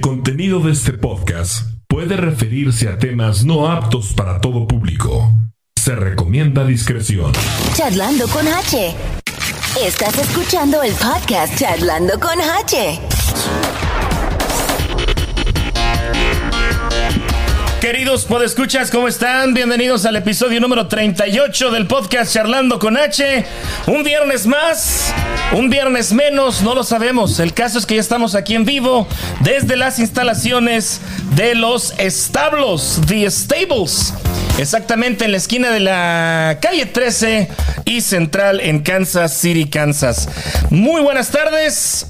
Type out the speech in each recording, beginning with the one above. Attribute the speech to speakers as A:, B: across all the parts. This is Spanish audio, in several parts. A: contenido de este podcast puede referirse a temas no aptos para todo público. Se recomienda discreción.
B: Charlando con H. Estás escuchando el podcast Charlando con H.
C: Queridos podescuchas, ¿cómo están? Bienvenidos al episodio número 38 del podcast Charlando con H. Un viernes más, un viernes menos, no lo sabemos. El caso es que ya estamos aquí en vivo desde las instalaciones de los establos, The Stables. Exactamente en la esquina de la calle 13 y Central en Kansas City, Kansas. Muy buenas tardes.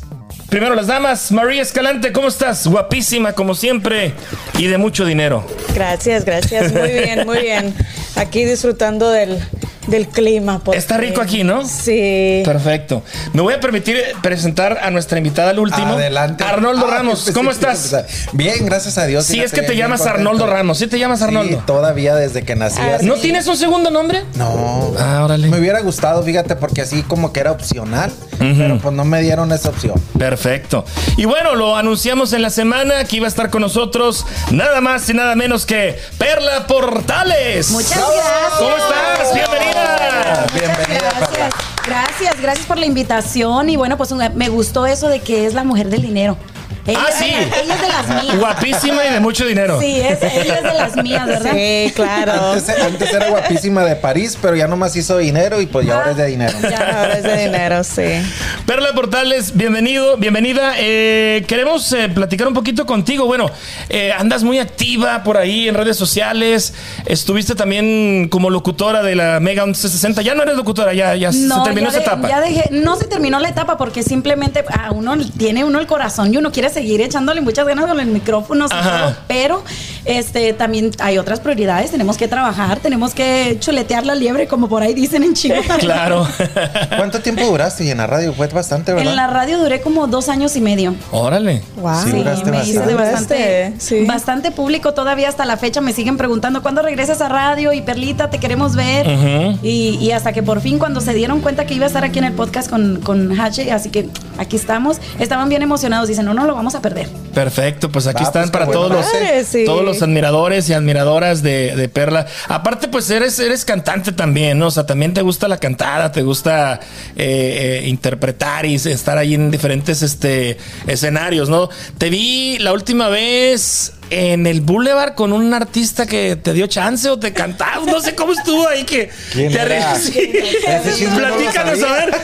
C: Primero las damas, María Escalante, ¿cómo estás? Guapísima como siempre y de mucho dinero.
D: Gracias, gracias. Muy bien, muy bien. Aquí disfrutando del, del clima. porque-
C: Está rico aquí, ¿no?
D: Sí.
C: Perfecto. Me voy a permitir presentar a nuestra invitada al último.
E: Adelante.
C: Arnoldo
E: Ah,
C: Ramos,
E: pensé
C: ¿cómo
E: que
C: estás?
E: ibas a empezar. Bien, gracias a Dios.
C: Sí,
E: fíjate,
C: es que te
E: bien,
C: llamas
E: bien contento.
C: Arnoldo Ramos. Sí, te llamas Arnoldo.
E: Sí, todavía desde que nacías.
C: ¿No tienes un segundo nombre?
E: No.
C: Ah, órale.
E: Me hubiera gustado, fíjate, porque así como que era opcional, pero pues no me dieron esa opción.
C: Perfecto. Y bueno, lo anunciamos en la semana que iba a estar con nosotros nada más y nada menos que Perla Portales. Ah,
F: Muchas gracias.
C: ¿Cómo estás? Bienvenida.
E: Bienvenida, Perla.
F: Gracias. Gracias, gracias por la invitación. Y bueno, pues un- me gustó eso de que es la mujer del dinero. Ella,
C: Ah, sí.
F: ella- ella es de las mías.
C: Guapísima y de mucho dinero.
F: Sí, es- ella es de las
D: Ah,
F: mías, ¿verdad?
D: Sí, claro.
E: Antes, antes era guapísima de París, pero ya nomás hizo dinero y pues ya ahora es de dinero.
D: Ah,
F: Ya.
D: Ahora es de dinero, sí.
C: Perla Portales, bienvenido, bienvenida. Eh, queremos eh, platicar un poquito contigo. Bueno, eh, andas muy activa por ahí en redes sociales. Estuviste también como locutora de la Mega 1160. Ya no eres locutora, ya, ya se terminó esa
F: ya de-
C: etapa.
F: ya dejé- no se terminó la etapa porque simplemente a uno tiene uno el corazón y uno quiere seguir echándole muchas ganas con los micrófonos, y
C: Ajá.
F: todo, pero este también hay otras prioridades, tenemos que trabajar, tenemos que chuletear la liebre como por ahí dicen en Chile.
C: Claro.
E: ¿Cuánto tiempo duraste en la radio? Fue bastante, ¿verdad?
F: En la radio duré como dos años y medio.
C: Órale.
D: Wow.
E: Sí,
F: Sí,
E: duraste
F: me hice
E: bastante.
F: de bastante,
D: Sí.
F: bastante público todavía hasta la fecha. Me siguen preguntando cuándo regresas a radio y Perlita, te queremos ver.
C: Ujú.
F: y, y hasta que por fin, cuando se dieron cuenta que iba a estar aquí en el podcast con, con Hache, así que aquí estamos, estaban bien emocionados. Dicen, no, no lo vamos a perder.
C: Perfecto, pues aquí
E: Ah,
C: están
E: pues,
C: para
E: qué
C: todos
E: bueno.
C: los
D: Padre, sí.
C: todos los admiradores y admiradoras de, de Perla. Aparte, pues eres eres cantante también, ¿no? o sea, también te gusta la cantada, te gusta eh, eh, interpretar y estar ahí en diferentes este escenarios, ¿no? Te vi la última vez en el Boulevard con un artista que te dio chance o te cantaba, no sé cómo estuvo ahí que
E: ¿Quién
C: te
E: era?
C: arri- sí.
E: Ese chisme no lo
C: Platícanos a
E: sabía.
C: ver.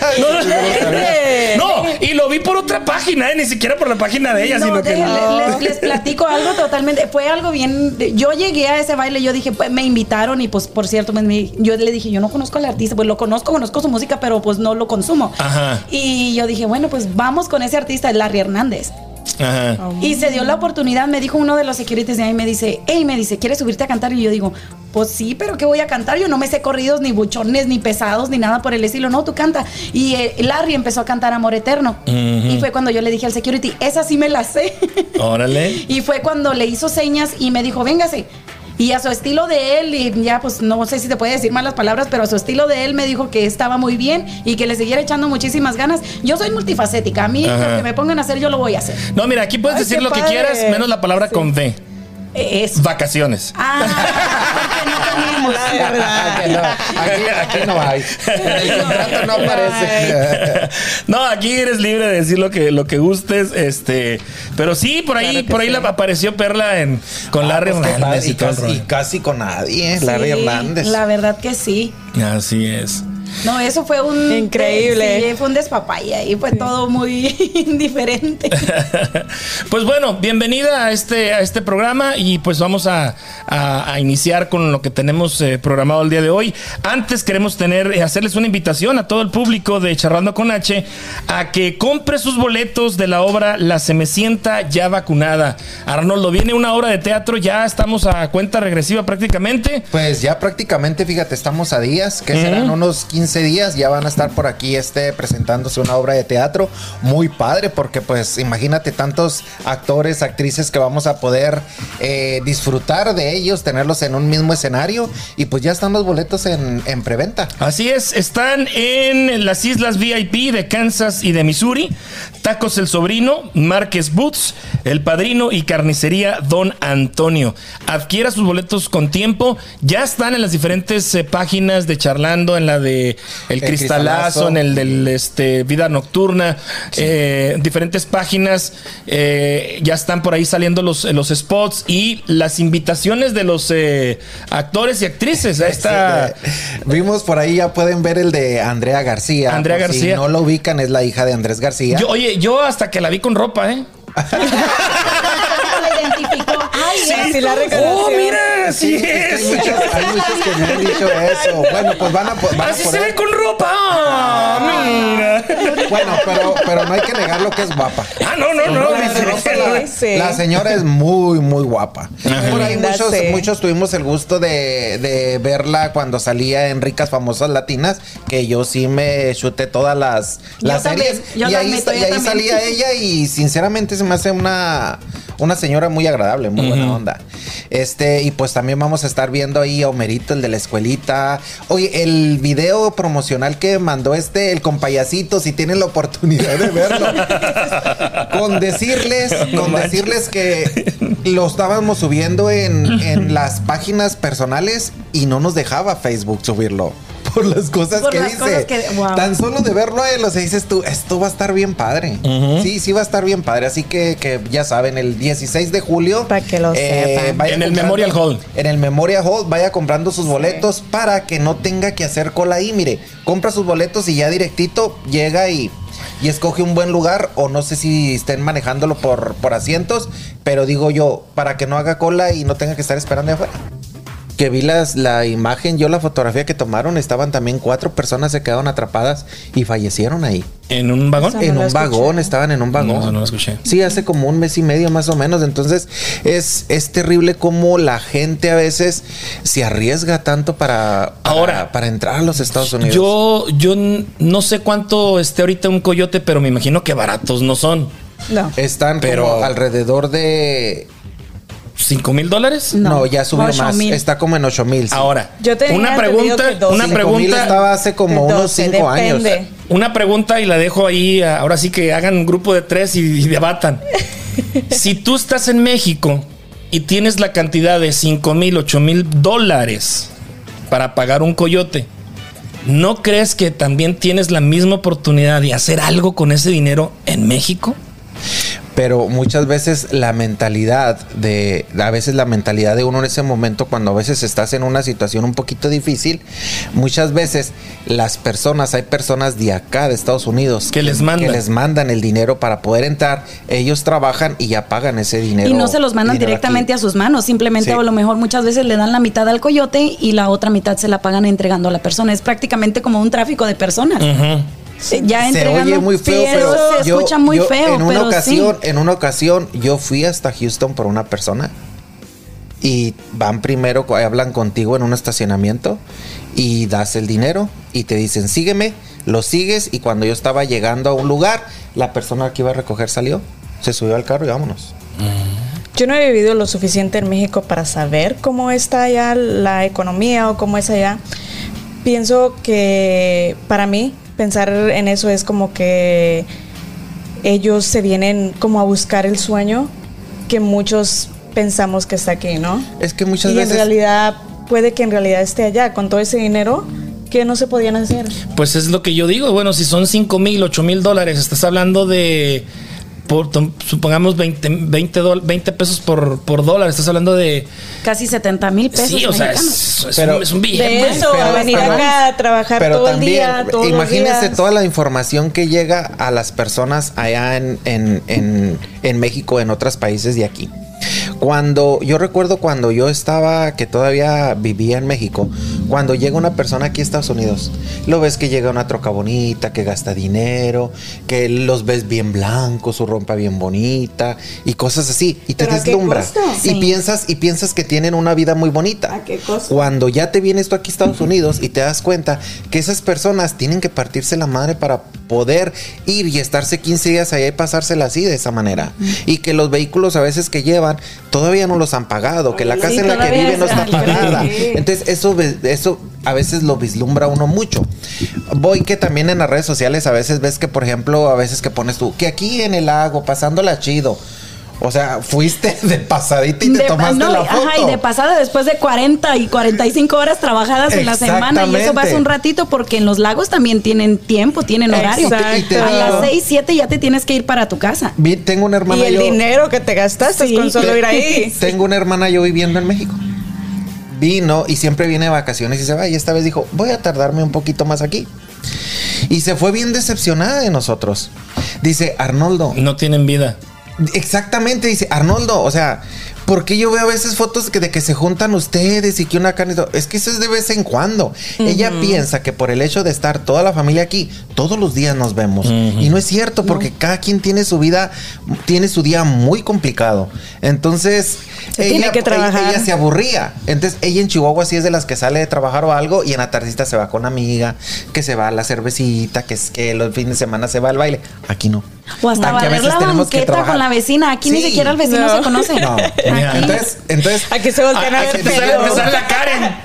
C: No, no, y lo vi por otra página, eh, ni siquiera por la página de ella,
F: No,
C: sino que Oh.
F: déjenle- les, les platico algo totalmente. Fue algo bien. de- Yo llegué a ese baile, yo dije, pues me invitaron y pues por cierto, pues, me- yo le dije, yo no conozco al artista, pues lo conozco, conozco su música, pero pues no lo consumo.
C: Ajá.
F: Y yo dije, bueno, pues vamos con ese artista, Larry Hernández.
C: Ajá.
F: Y se dio la oportunidad, me dijo uno de los securities de ahí, me dice, hey, me dice, ¿quieres subirte a cantar? Y yo digo, pues sí, pero ¿qué voy a cantar? Yo no me sé corridos, ni buchones, ni pesados, ni nada por el estilo. No, tú canta. Y eh, Larry empezó a cantar Amor Eterno. Y fue cuando yo le dije al security, esa sí me la sé.
C: Órale.
F: y fue cuando le hizo señas y me dijo, véngase. Y a su estilo de él, y ya pues no sé si te puede decir malas palabras, pero a su estilo de él me dijo que estaba muy bien y que le siguiera echando muchísimas ganas. Yo soy multifacética, a mí
C: Ajá.
F: lo que me pongan a hacer yo lo voy a hacer.
C: No, mira, aquí puedes
D: Ay,
C: decir
D: qué
C: lo que
D: padre.
C: quieras, menos la palabra con V.
F: Eh, Eso.
C: Vacaciones.
F: Ah, porque no tenemos.
D: La verdad.
E: Ah, que no, aquí, aquí no hay. En el contrato no aparece.
C: no, aquí eres libre de decir lo que, lo que gustes, este, pero sí, por ahí,
D: Claro que
C: por ahí
D: sí.
C: la, apareció Perla en con
E: Ah,
C: Larry
E: pues, qué
C: Hernández
E: padre,
C: y
E: y
C: todo el
E: casi, y
C: rollo.
E: casi con nadie, ¿eh? Larry
F: Sí,
E: Hernández.
F: La verdad que sí.
C: Así es.
F: No, eso fue un. eh,
D: Increíble.
F: sí, fue un despapaya y fue todo muy indiferente.
C: pues bueno, bienvenida a este, a este programa y pues vamos a, a- a iniciar con lo que tenemos eh, programado el día de hoy. Antes queremos tener, eh, hacerles una invitación a todo el público de Charlando con H a que compre sus boletos de la obra La Semecienta ya vacunada. Arnoldo, viene una obra de teatro, ya estamos a cuenta regresiva prácticamente.
E: Pues ya prácticamente, fíjate, estamos a días, que serán unos 15 15 días ya van a estar por aquí este, presentándose una obra de teatro muy padre, porque pues imagínate tantos actores, actrices que vamos a poder eh, disfrutar de ellos, tenerlos en un mismo escenario y pues ya están los boletos en, en preventa.
C: Así es, están en las islas VIP de Kansas y de Missouri. Tacos el Sobrino, Márquez Boots, El Padrino y Carnicería Don Antonio. Adquiera sus boletos con tiempo. Ya están en las diferentes eh, páginas de Charlando, en la de El
E: El
C: Cristalazo,
E: Cristalazo.
C: en el del este, Vida Nocturna, eh, diferentes páginas. eh, ya están por ahí saliendo los, los spots y las invitaciones de los eh, actores y actrices a
E: Ah.
C: esta...
E: Eh, Vimos por ahí, ya pueden ver el de Andrea García.
C: Andrea
E: Por
C: García.
E: Si no lo ubican, es la hija de Andrés García.
C: Yo, oye, yo hasta que la vi con ropa, ¿eh?
F: La identificó. Ay,
D: Así Ah, la reconoció.
C: Oh, así
E: Hay muchos, hay muchos que me han dicho eso. Bueno, pues van a, po- van a
C: Así se
E: poder.
C: ve con ropa. Ah, mira.
E: Bueno, pero, pero no hay que negar lo que es guapa.
C: Ah, no, no, no.
D: Claro,
C: dice.
D: no,
E: La,
D: Sí.
E: la señora es muy, muy guapa. Por ahí
D: Linda,
E: muchos,
D: sí.
E: muchos tuvimos el gusto de, de verla cuando salía en Ricas Famosas Latinas, que yo sí me chuté todas las,
F: Yo
E: las
F: también,
E: series.
F: yo
E: y
F: la
E: ahí,
F: admito,
E: sa- y
F: yo
E: ahí
F: también.
E: salía ella y sinceramente se me hace una, una señora muy agradable, muy buena onda. Este, y pues también vamos a estar viendo ahí a Homerito, el de la escuelita. Oye, el video promocional que mandó este, el compayacito, si tienen la oportunidad de verlo. con decirles,
C: No
E: con
C: manches.
E: decirles que lo estábamos subiendo en, en las páginas personales y no nos dejaba Facebook subirlo. Por las cosas
F: Por
E: que
F: las
E: dice.
F: cosas que- wow.
E: Tan solo de verlo a él, o sea, dices tú, esto va a estar bien padre. Sí, sí va a estar bien padre. Así que, que ya saben, el 16 de julio. eh,
D: Pa' que lo sepan.
E: vaya
C: En el Memorial Hall.
E: En el Memorial Hall, vaya comprando sus boletos para que no tenga que hacer cola ahí. Mire, compra sus boletos y ya directito llega y, y escoge un buen lugar. O no sé si estén manejándolo por, por asientos, pero digo yo, para que no haga cola y no tenga que estar esperando de afuera que vi las, la imagen, yo la fotografía que tomaron, estaban también cuatro personas se quedaron atrapadas y fallecieron ahí.
C: ¿En un vagón?
D: No,
E: en
D: no
E: un
D: la escuché.
E: vagón, estaban en un vagón.
C: No, no la escuché.
E: Sí, hace como un mes y medio más o menos. Entonces, es, es terrible cómo la gente a veces se arriesga tanto para, para-
C: Ahora,
E: para entrar a los Estados Unidos.
C: Yo, yo n- no sé cuánto esté ahorita un coyote, pero me imagino que baratos no son.
F: Uh, No.
E: Están
C: Pero-
E: como alrededor de.
C: ¿Cinco mil dólares?
E: No,
F: No,
E: ya subió
F: ocho
E: más.
F: mil.
E: Está como en 8 mil.
C: Ahora,
D: Mm, Yo tenía
C: una
D: entendido
C: pregunta,
D: que doce.
C: una
D: Cinco
C: pregunta.
E: estaba hace como unos
D: 12,
E: 5 años.
D: depende.
C: Una pregunta y la dejo ahí. ah, Ahora sí que hagan un grupo de tres y, y debatan. si tú estás en México y tienes la cantidad de 5 mil, 8 mil dólares para pagar un coyote, ¿no crees que también tienes la misma oportunidad de hacer algo con ese dinero en México?
E: pero muchas veces la mentalidad de a veces la mentalidad de uno en ese momento cuando a veces estás en una situación un poquito difícil muchas veces las personas hay personas de acá de Estados Unidos
C: Que les mandan.
E: que les mandan el dinero para poder entrar ellos trabajan y ya pagan ese dinero
F: Y no se los mandan
E: dinero
F: directamente
E: aquí.
F: a sus manos, simplemente
E: Sí.
F: o a lo mejor muchas veces le dan la mitad al coyote y la otra mitad se la pagan entregando a la persona. Es prácticamente como un tráfico de personas. Eh, Ya
E: se
F: entregando,
E: oye muy feo, pero,
F: se
E: yo-
F: escucha muy
E: yo
F: feo,
E: En una
F: pero
E: ocasión,
F: sí.
E: en una ocasión, yo fui hasta Houston por una persona y van primero, co- hablan contigo en un estacionamiento y das el dinero y te dicen sígueme, lo sigues y cuando yo estaba llegando a un lugar, la persona que iba a recoger salió, se subió al carro y vámonos.
D: Yo no he vivido lo suficiente en México para saber cómo está allá la economía o cómo es allá. Pienso que para mí pensar en eso es como que ellos se vienen como a buscar el sueño que muchos pensamos que está aquí, ¿no?
E: Es que muchas
D: y
E: veces
D: en realidad puede que en realidad esté allá con todo ese dinero que no se podían hacer.
C: Pues es lo que yo digo. Bueno, si son 5 mil, 8 mil dólares, estás hablando de, por, tom- supongamos, 20, 20, dol- 20 pesos por, por dólar. Estás hablando de...
F: Casi 70 mil pesos.
C: sí, o sea,
F: mexicanos.
C: es, es
E: Pero-
C: un, es un billete.
D: De eso,
E: pero-
D: a venir
E: pero-
D: acá a trabajar todo el día, todos los
E: imagínense
D: días.
E: toda la información que llega a las personas allá en, en- en- en México, en otros países de aquí. Cuando yo recuerdo cuando yo estaba, que todavía vivía en México, Cuando llega una persona aquí a Estados Unidos, lo ves que llega una troca bonita, que gasta dinero, que los ves bien blancos, su rompa bien bonita y cosas así. Y te
D: ¿Pero a qué
E: deslumbra.
D: costo?
E: Y
D: Sí.
E: piensas, y piensas que tienen una vida muy bonita.
D: ¿A Ah, qué costo?
E: Cuando ya te vienes tú aquí a Estados Unidos y te das cuenta que esas personas tienen que partirse la madre para poder ir y estarse 15 días allá y pasársela así de esa manera. Y que los vehículos a veces que llevan todavía no los han pagado, que la
D: Sí,
E: casa en la que
D: todavía
E: viven no está
D: está
E: pagada.
D: libre.
E: Entonces eso, ve- eso a veces lo vislumbra uno mucho. Voy que también en las redes sociales a veces ves que, por ejemplo, a veces que pones tú, que aquí en el lago, pasándola chido. O sea, fuiste de pasadita y te
F: De-
E: tomaste
F: no,
E: la
F: y-
E: foto.
F: Ajá, y de pasada después de 40 y 45 horas trabajadas en la semana. Y eso
E: Exactamente.
F: vas un ratito porque en los lagos también tienen tiempo, tienen horario.
D: Exacto.
E: Y te
F: A
E: digo-
F: las 6, 7 ya te tienes que ir para tu casa.
E: Vi- tengo una hermana
D: Y el
E: yo,
D: dinero que te gastaste
F: Sí.
D: con solo ir ahí.
E: Tengo una hermana yo viviendo en México. Vino y siempre viene de vacaciones y se va. Y esta vez dijo, voy a tardarme un poquito más aquí. Y se fue bien decepcionada de nosotros. Dice, Arnoldo,
C: No tienen vida.
E: exactamente, dice, Arnoldo, o sea, porque yo veo a veces fotos que de que se juntan ustedes y que una carne... y todo? Es que eso es de vez en cuando. Ella piensa que por el hecho de estar toda la familia aquí, todos los días nos vemos. Y no es cierto, porque cada quien tiene su vida, tiene su día muy complicado. Entonces,
D: Se tiene que trabajar.
E: ella- ella se aburría. Entonces, ella en Chihuahua sí es de las que sale de trabajar o algo y en la tardecita se va con la amiga, que se va a la cervecita, que es que los fines de semana se va al baile. Aquí no.
F: O hasta
E: Aquí a
F: barrer
E: veces
F: la
E: tenemos que
F: banqueta
E: trabajar.
F: con la vecina. Aquí ni
E: Sí.
F: siquiera el vecino
D: No.
F: se conoce.
E: No.
C: Mira.
E: Entonces, entonces.
D: Aquí se voltean a
E: Ah,
D: ver
E: aquí
C: Te sale,
D: feo.
E: pero-
C: te sale la Karen.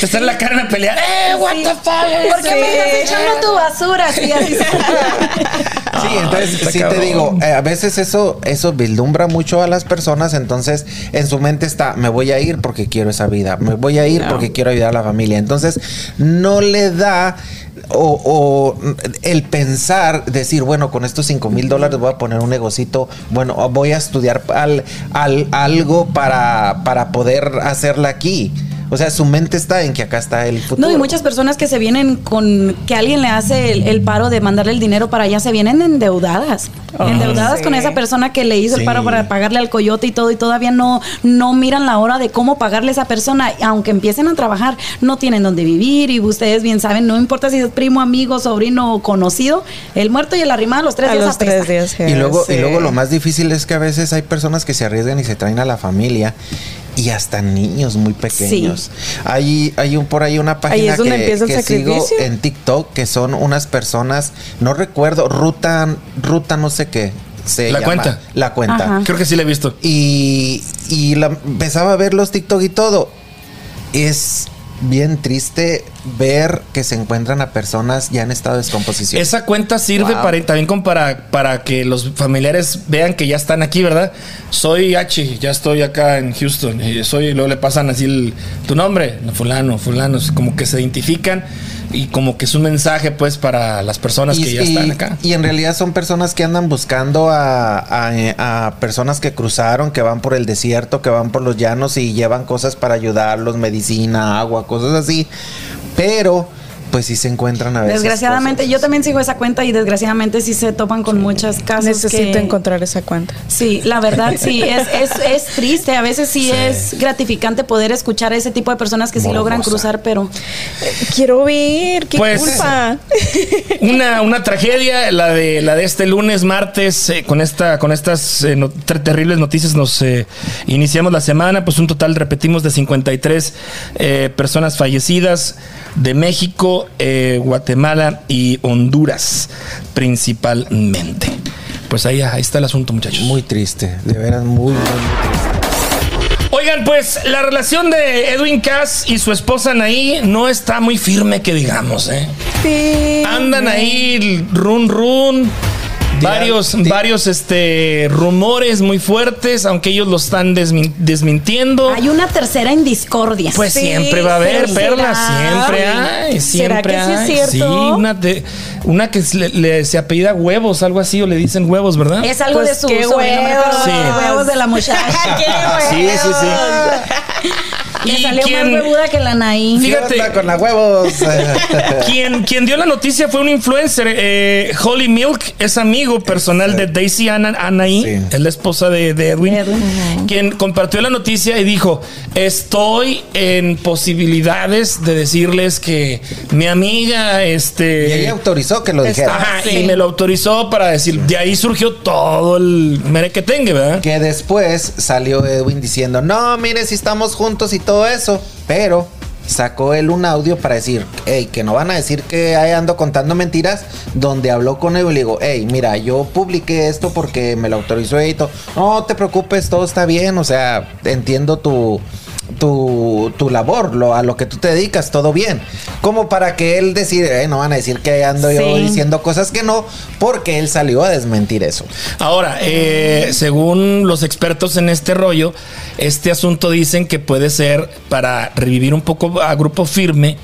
C: Te sale la Karen a pelear. ¡Eh, what the fuck!
F: ¿Por qué
D: Sí.
F: me estás echando tu basura? Sí, así se-
E: Sí, entonces
C: está
E: sí
C: cabrón.
E: te digo, eh, a veces eso, eso vislumbra mucho a las personas, entonces en su mente está, me voy a ir porque quiero esa vida, me voy a ir porque quiero ayudar a la familia. Entonces no le da o, o, mm, el pensar, decir, bueno, con estos 5 mil dólares voy a poner un negocito, bueno, o voy a estudiar al, al- algo para, para poder hacerla aquí. O sea, su mente está en que acá está el futuro.
F: No, y muchas personas que se vienen con que alguien le hace el, el paro de mandarle el dinero para allá, se vienen endeudadas. endeudadas
D: sí.
F: con esa persona que le hizo
E: Ah, Sí.
F: el paro para pagarle al coyote y todo, y todavía no, no miran la hora de cómo pagarle a esa persona. Y Aunque empiecen a trabajar, no tienen dónde vivir, y ustedes bien saben, no importa si es primo, amigo, sobrino o conocido, el muerto y el arrimado a los tres
D: A
F: días
D: los tres
F: apesta.
D: días.
E: Y luego, y
D: sí.
E: luego lo más difícil es que a veces hay personas que se arriesgan y se traen a la familia y hasta niños muy pequeños. Hay, hay un, por ahí una página
D: es donde
E: que,
D: empieza el
E: que sigo
D: sacrificio.
E: en TikTok que son unas personas, no recuerdo, ruta, ruta no sé qué. Se
C: La
E: llama,
C: cuenta.
E: La cuenta.
F: Ajá.
C: Creo que sí la he visto.
E: Y, y la- empezaba a ver los TikTok y todo. Es bien triste ver que se encuentran a personas ya en estado de descomposición.
C: Esa cuenta sirve
E: Wow.
C: para también como para, para que los familiares vean que ya están aquí, ¿verdad? Soy H, ya estoy acá en Houston. y soy, luego le pasan así el- tu nombre, fulano, fulano, es como que se identifican y como que es un mensaje pues para las personas que ya están acá.
E: y en realidad son personas que andan buscando a, a- a personas que cruzaron, que van por el desierto, que van por los llanos y llevan cosas para ayudarlos, medicina, agua, cosas así. Pero, pues sí se encuentran a veces.
F: Desgraciadamente,
E: cosas.
F: yo también sigo esa cuenta y desgraciadamente sí se topan con muchas casas.
D: Necesito
F: que-
D: encontrar esa cuenta.
F: Sí, la verdad sí, es, es, es triste, a veces sí, es gratificante poder escuchar a ese tipo de personas que sí logran
E: Morbosa.
F: cruzar, pero
D: Quiero ver, qué
C: Pues-
D: culpa.
C: Una, una tragedia, la de, la de este lunes, martes, eh, con, esta, con estas eh, no- ter- terribles noticias nos eh, iniciamos la semana, pues un total, repetimos, de 53 eh, personas fallecidas de México, eh, Guatemala y Honduras principalmente. Pues ahí, ahí está el asunto, muchachos.
E: Muy triste, de veras, muy, muy, muy triste.
C: Oigan, pues la relación de Edwin Cass y su esposa Anaí no está muy firme, que digamos, ¿eh?
D: Sí.
C: Andan ahí run run. Varios,
E: Tira-
C: varios este, rumores muy fuertes, aunque ellos lo están desmin- desmintiendo.
F: hay una tercera en discordia.
C: Pues
D: Sí,
C: siempre va a haber
F: ¿será?
C: perlas, siempre hay,
D: ¿Será
C: siempre
D: que sí es
C: hay.
D: cierto?
C: Sí, una, de- una que se le, le- se apellida huevos, algo así, o le dicen huevos, ¿verdad?
F: es algo
D: Pues
F: de su
D: qué
F: sobrenombre, pero
D: huevos.
F: los
C: Sí.
F: huevos de la muchacha.
C: Sí, sí, sí.
F: Le
C: Y
F: salió
C: quien-
F: más huevuda que la Naí.
C: Fíjate.
E: ¿Qué onda con la huevos.
C: Quien, quien dio la noticia fue un influencer. eh, Holly Milk es amigo personal de Daisy Ana- Anaí,
E: Sí.
C: es la esposa de, de Edwin,
F: Edwin.
C: quien compartió la noticia y dijo: Estoy en posibilidades de decirles que mi amiga,
E: y ella
C: este.
E: autorizó que lo
D: Está-
E: dijera.
C: Ajá,
D: Sí.
C: y me lo autorizó para decir. De ahí surgió todo el mere que tenga, ¿verdad?
E: Que después salió Edwin diciendo, no, mire, si estamos juntos y todo eso. Pero sacó él un audio para decir, hey, que no van a decir que ahí ando contando mentiras, donde habló con Edwin y le digo, hey, mira, yo publiqué esto porque me lo autorizó y todo. No te preocupes, todo está bien, o sea, entiendo tu... Tu, tu labor, lo, a lo que tú te dedicas, todo bien. Como para que él decir, "Eh, no van a decir que ahí ando yo
F: Sí.
E: diciendo cosas que no, porque él salió a desmentir eso.
C: Ahora, eh, según los expertos en este rollo, este asunto dicen que puede ser para revivir un poco a Grupo Firme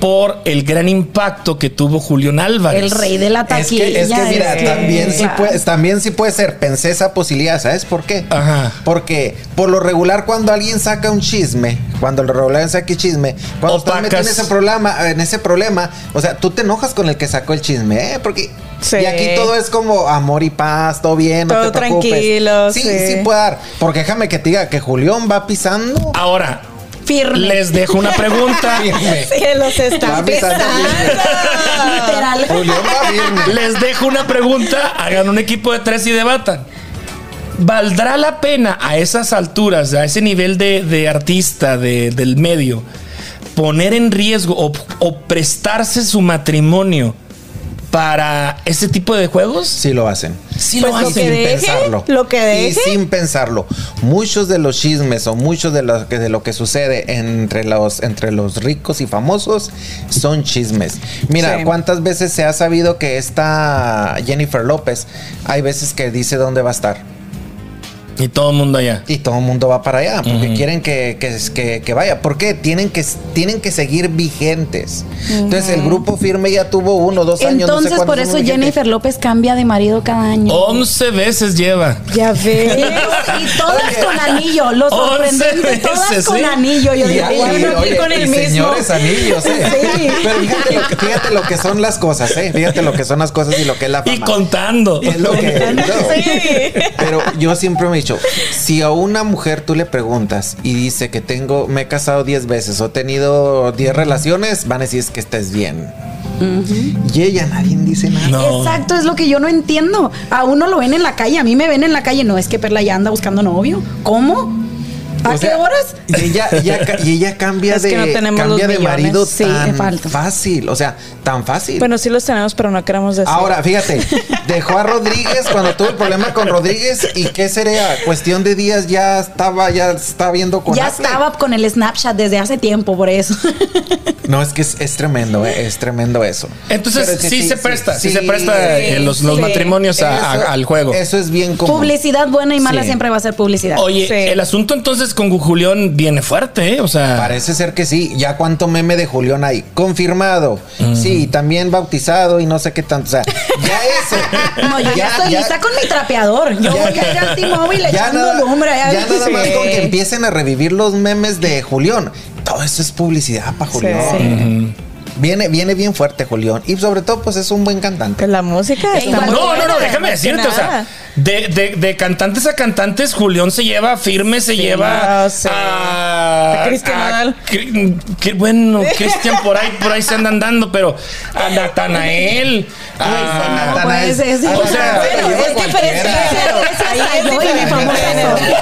C: por el gran impacto que tuvo Julián Álvarez.
F: El rey de la
E: Pues, Es
F: taquilla.
E: que, es que mira,
F: que-
E: también, sí
F: claro.
E: puede, también sí puede ser. Pensé esa posibilidad, ¿sabes por qué?
C: Ajá.
E: Porque por lo regular cuando alguien saca un chisme, cuando el regular saca chisme, cuando estás
C: Opacas.
E: metido en ese problema, en ese problema, o sea, tú te enojas con el que sacó el chisme, ¿eh? Porque
D: Sí.
E: y aquí todo es como amor y paz, todo bien, no
D: Todo
E: te preocupes.
D: tranquilo,
E: sí,
D: sí.
E: sí puede dar. Porque déjame que te diga que Julián va pisando.
C: Ahora,
F: Firme.
C: les dejo una pregunta.
E: firme.
D: Que los está
E: Va pisando firme.
F: Literal.
E: Julián va firme.
C: Les dejo una pregunta, hagan un equipo de tres y debatan. ¿Valdrá la pena a esas alturas, a ese nivel de, de artista de- del medio, poner en riesgo o, o prestarse su matrimonio para ese tipo de juegos?
E: Sí lo hacen.
C: Sí
D: Pues
C: lo
D: lo que
C: hacen.
D: deje, lo que deje.
E: Y sin pensarlo. Muchos de los chismes o muchos de lo que, de lo que sucede entre los, entre los ricos y famosos son chismes. Mira,
D: Sí.
E: ¿cuántas veces se ha sabido que esta Jennifer López hay veces que dice dónde va a estar?
C: Y todo el mundo allá.
E: Y todo el mundo va para allá porque quieren que, que, que- que vaya. ¿Por qué? Tienen que, tienen que seguir vigentes. Entonces, el grupo firme ya tuvo uno, dos años. no sé
F: Entonces,
E: cuántos
F: por
E: son
F: eso
E: vigentes.
F: Jennifer López cambia de marido cada año.
C: 11 veces lleva.
D: Ya
F: Y
D: ves.
F: todas con anillo, lo sorprendente,
C: Once
F: todas
C: veces,
F: con
C: sí.
F: anillo. Yo
E: Y ya,
F: digo,
D: bueno,
E: y,
F: bueno,
D: no fui
E: oye,
D: con el
E: y
D: mismo.
E: señores anillos, ¿eh?
D: Sí.
E: Pero fíjate lo, que, fíjate lo que son las cosas, ¿eh? Fíjate lo que son las cosas y lo que es la fama.
C: Y contando.
E: Es lo que- no.
D: Sí.
E: Pero yo siempre me he dicho, si a una mujer tú le preguntas y dice que tengo, me he casado 10 veces o he tenido 10 relaciones, van a decir "Es que estés bien. Y ella, nadie dice nada.
C: No.
F: Exacto, es lo que yo no entiendo. A uno lo ven en la calle, a mí me ven en la calle. No, es que Perla ya anda buscando novio. ¿Cómo? ¿A
E: O
F: qué
E: sea,
F: horas?
E: Y ella, ella ca- y ella cambia
D: Es
E: de,
D: que no tenemos
E: cambia
D: los
E: de
D: millones.
E: marido
F: Sí,
E: tan
F: falta.
E: fácil. O sea, tan fácil.
D: Bueno, sí los tenemos, pero no queremos decir.
E: Ahora, fíjate, dejó a Rodríguez cuando tuvo el problema con Rodríguez y qué sería cuestión de días ya estaba ya está viendo con
F: Ya
E: Affleck.
F: estaba con el Snapchat desde hace tiempo, por eso.
E: No es que es, es tremendo, eh, es tremendo eso. Pero
C: Entonces,
E: es que
C: sí, se presta, sí, se presta
E: sí.
C: eh, los, los
D: sí.
C: matrimonios a- a-
E: Eso-
C: al juego.
E: Eso es bien común.
F: publicidad buena y mala
E: Sí.
F: siempre va a ser publicidad.
C: Oye,
D: Sí.
C: el asunto entonces con Julián viene fuerte, ¿eh? O sea,
E: Parece ser que sí. Ya cuánto meme de Julián hay. Confirmado. Sí, también bautizado y no sé qué tanto. O sea, ya eso.
F: No, yo ya, estoy
E: ya-
F: lista con mi trapeador. Yo voy allá al T-Mobile
E: ya
F: echando
E: nada,
F: lumbre.
E: ya
F: allá.
E: nada más
F: Sí.
E: con que empiecen a revivir los memes de Julián. Todo eso es publicidad para Julián. Viene, viene bien fuerte Julián. Y sobre todo, pues es un buen cantante.
D: Pues la música está
F: igual-
D: muy
C: No, no,
D: buena,
C: no, déjame
D: que
C: decirte, o sea,
D: nada.
C: de, de- de cantantes a cantantes, Julián se lleva firme, se lleva
D: o sea,
C: a,
D: a Cristian Nodal.
C: Cri- qué bueno, Cristian por ahí, por ahí se andan dando, pero a Natanael, a-
E: Natanael.
F: Pues es,
E: O
F: o
C: sea,
F: sea,
E: pero
F: es que pero es que
E: cualquiera.
F: ese- ese hasta yo y mi famosa soy.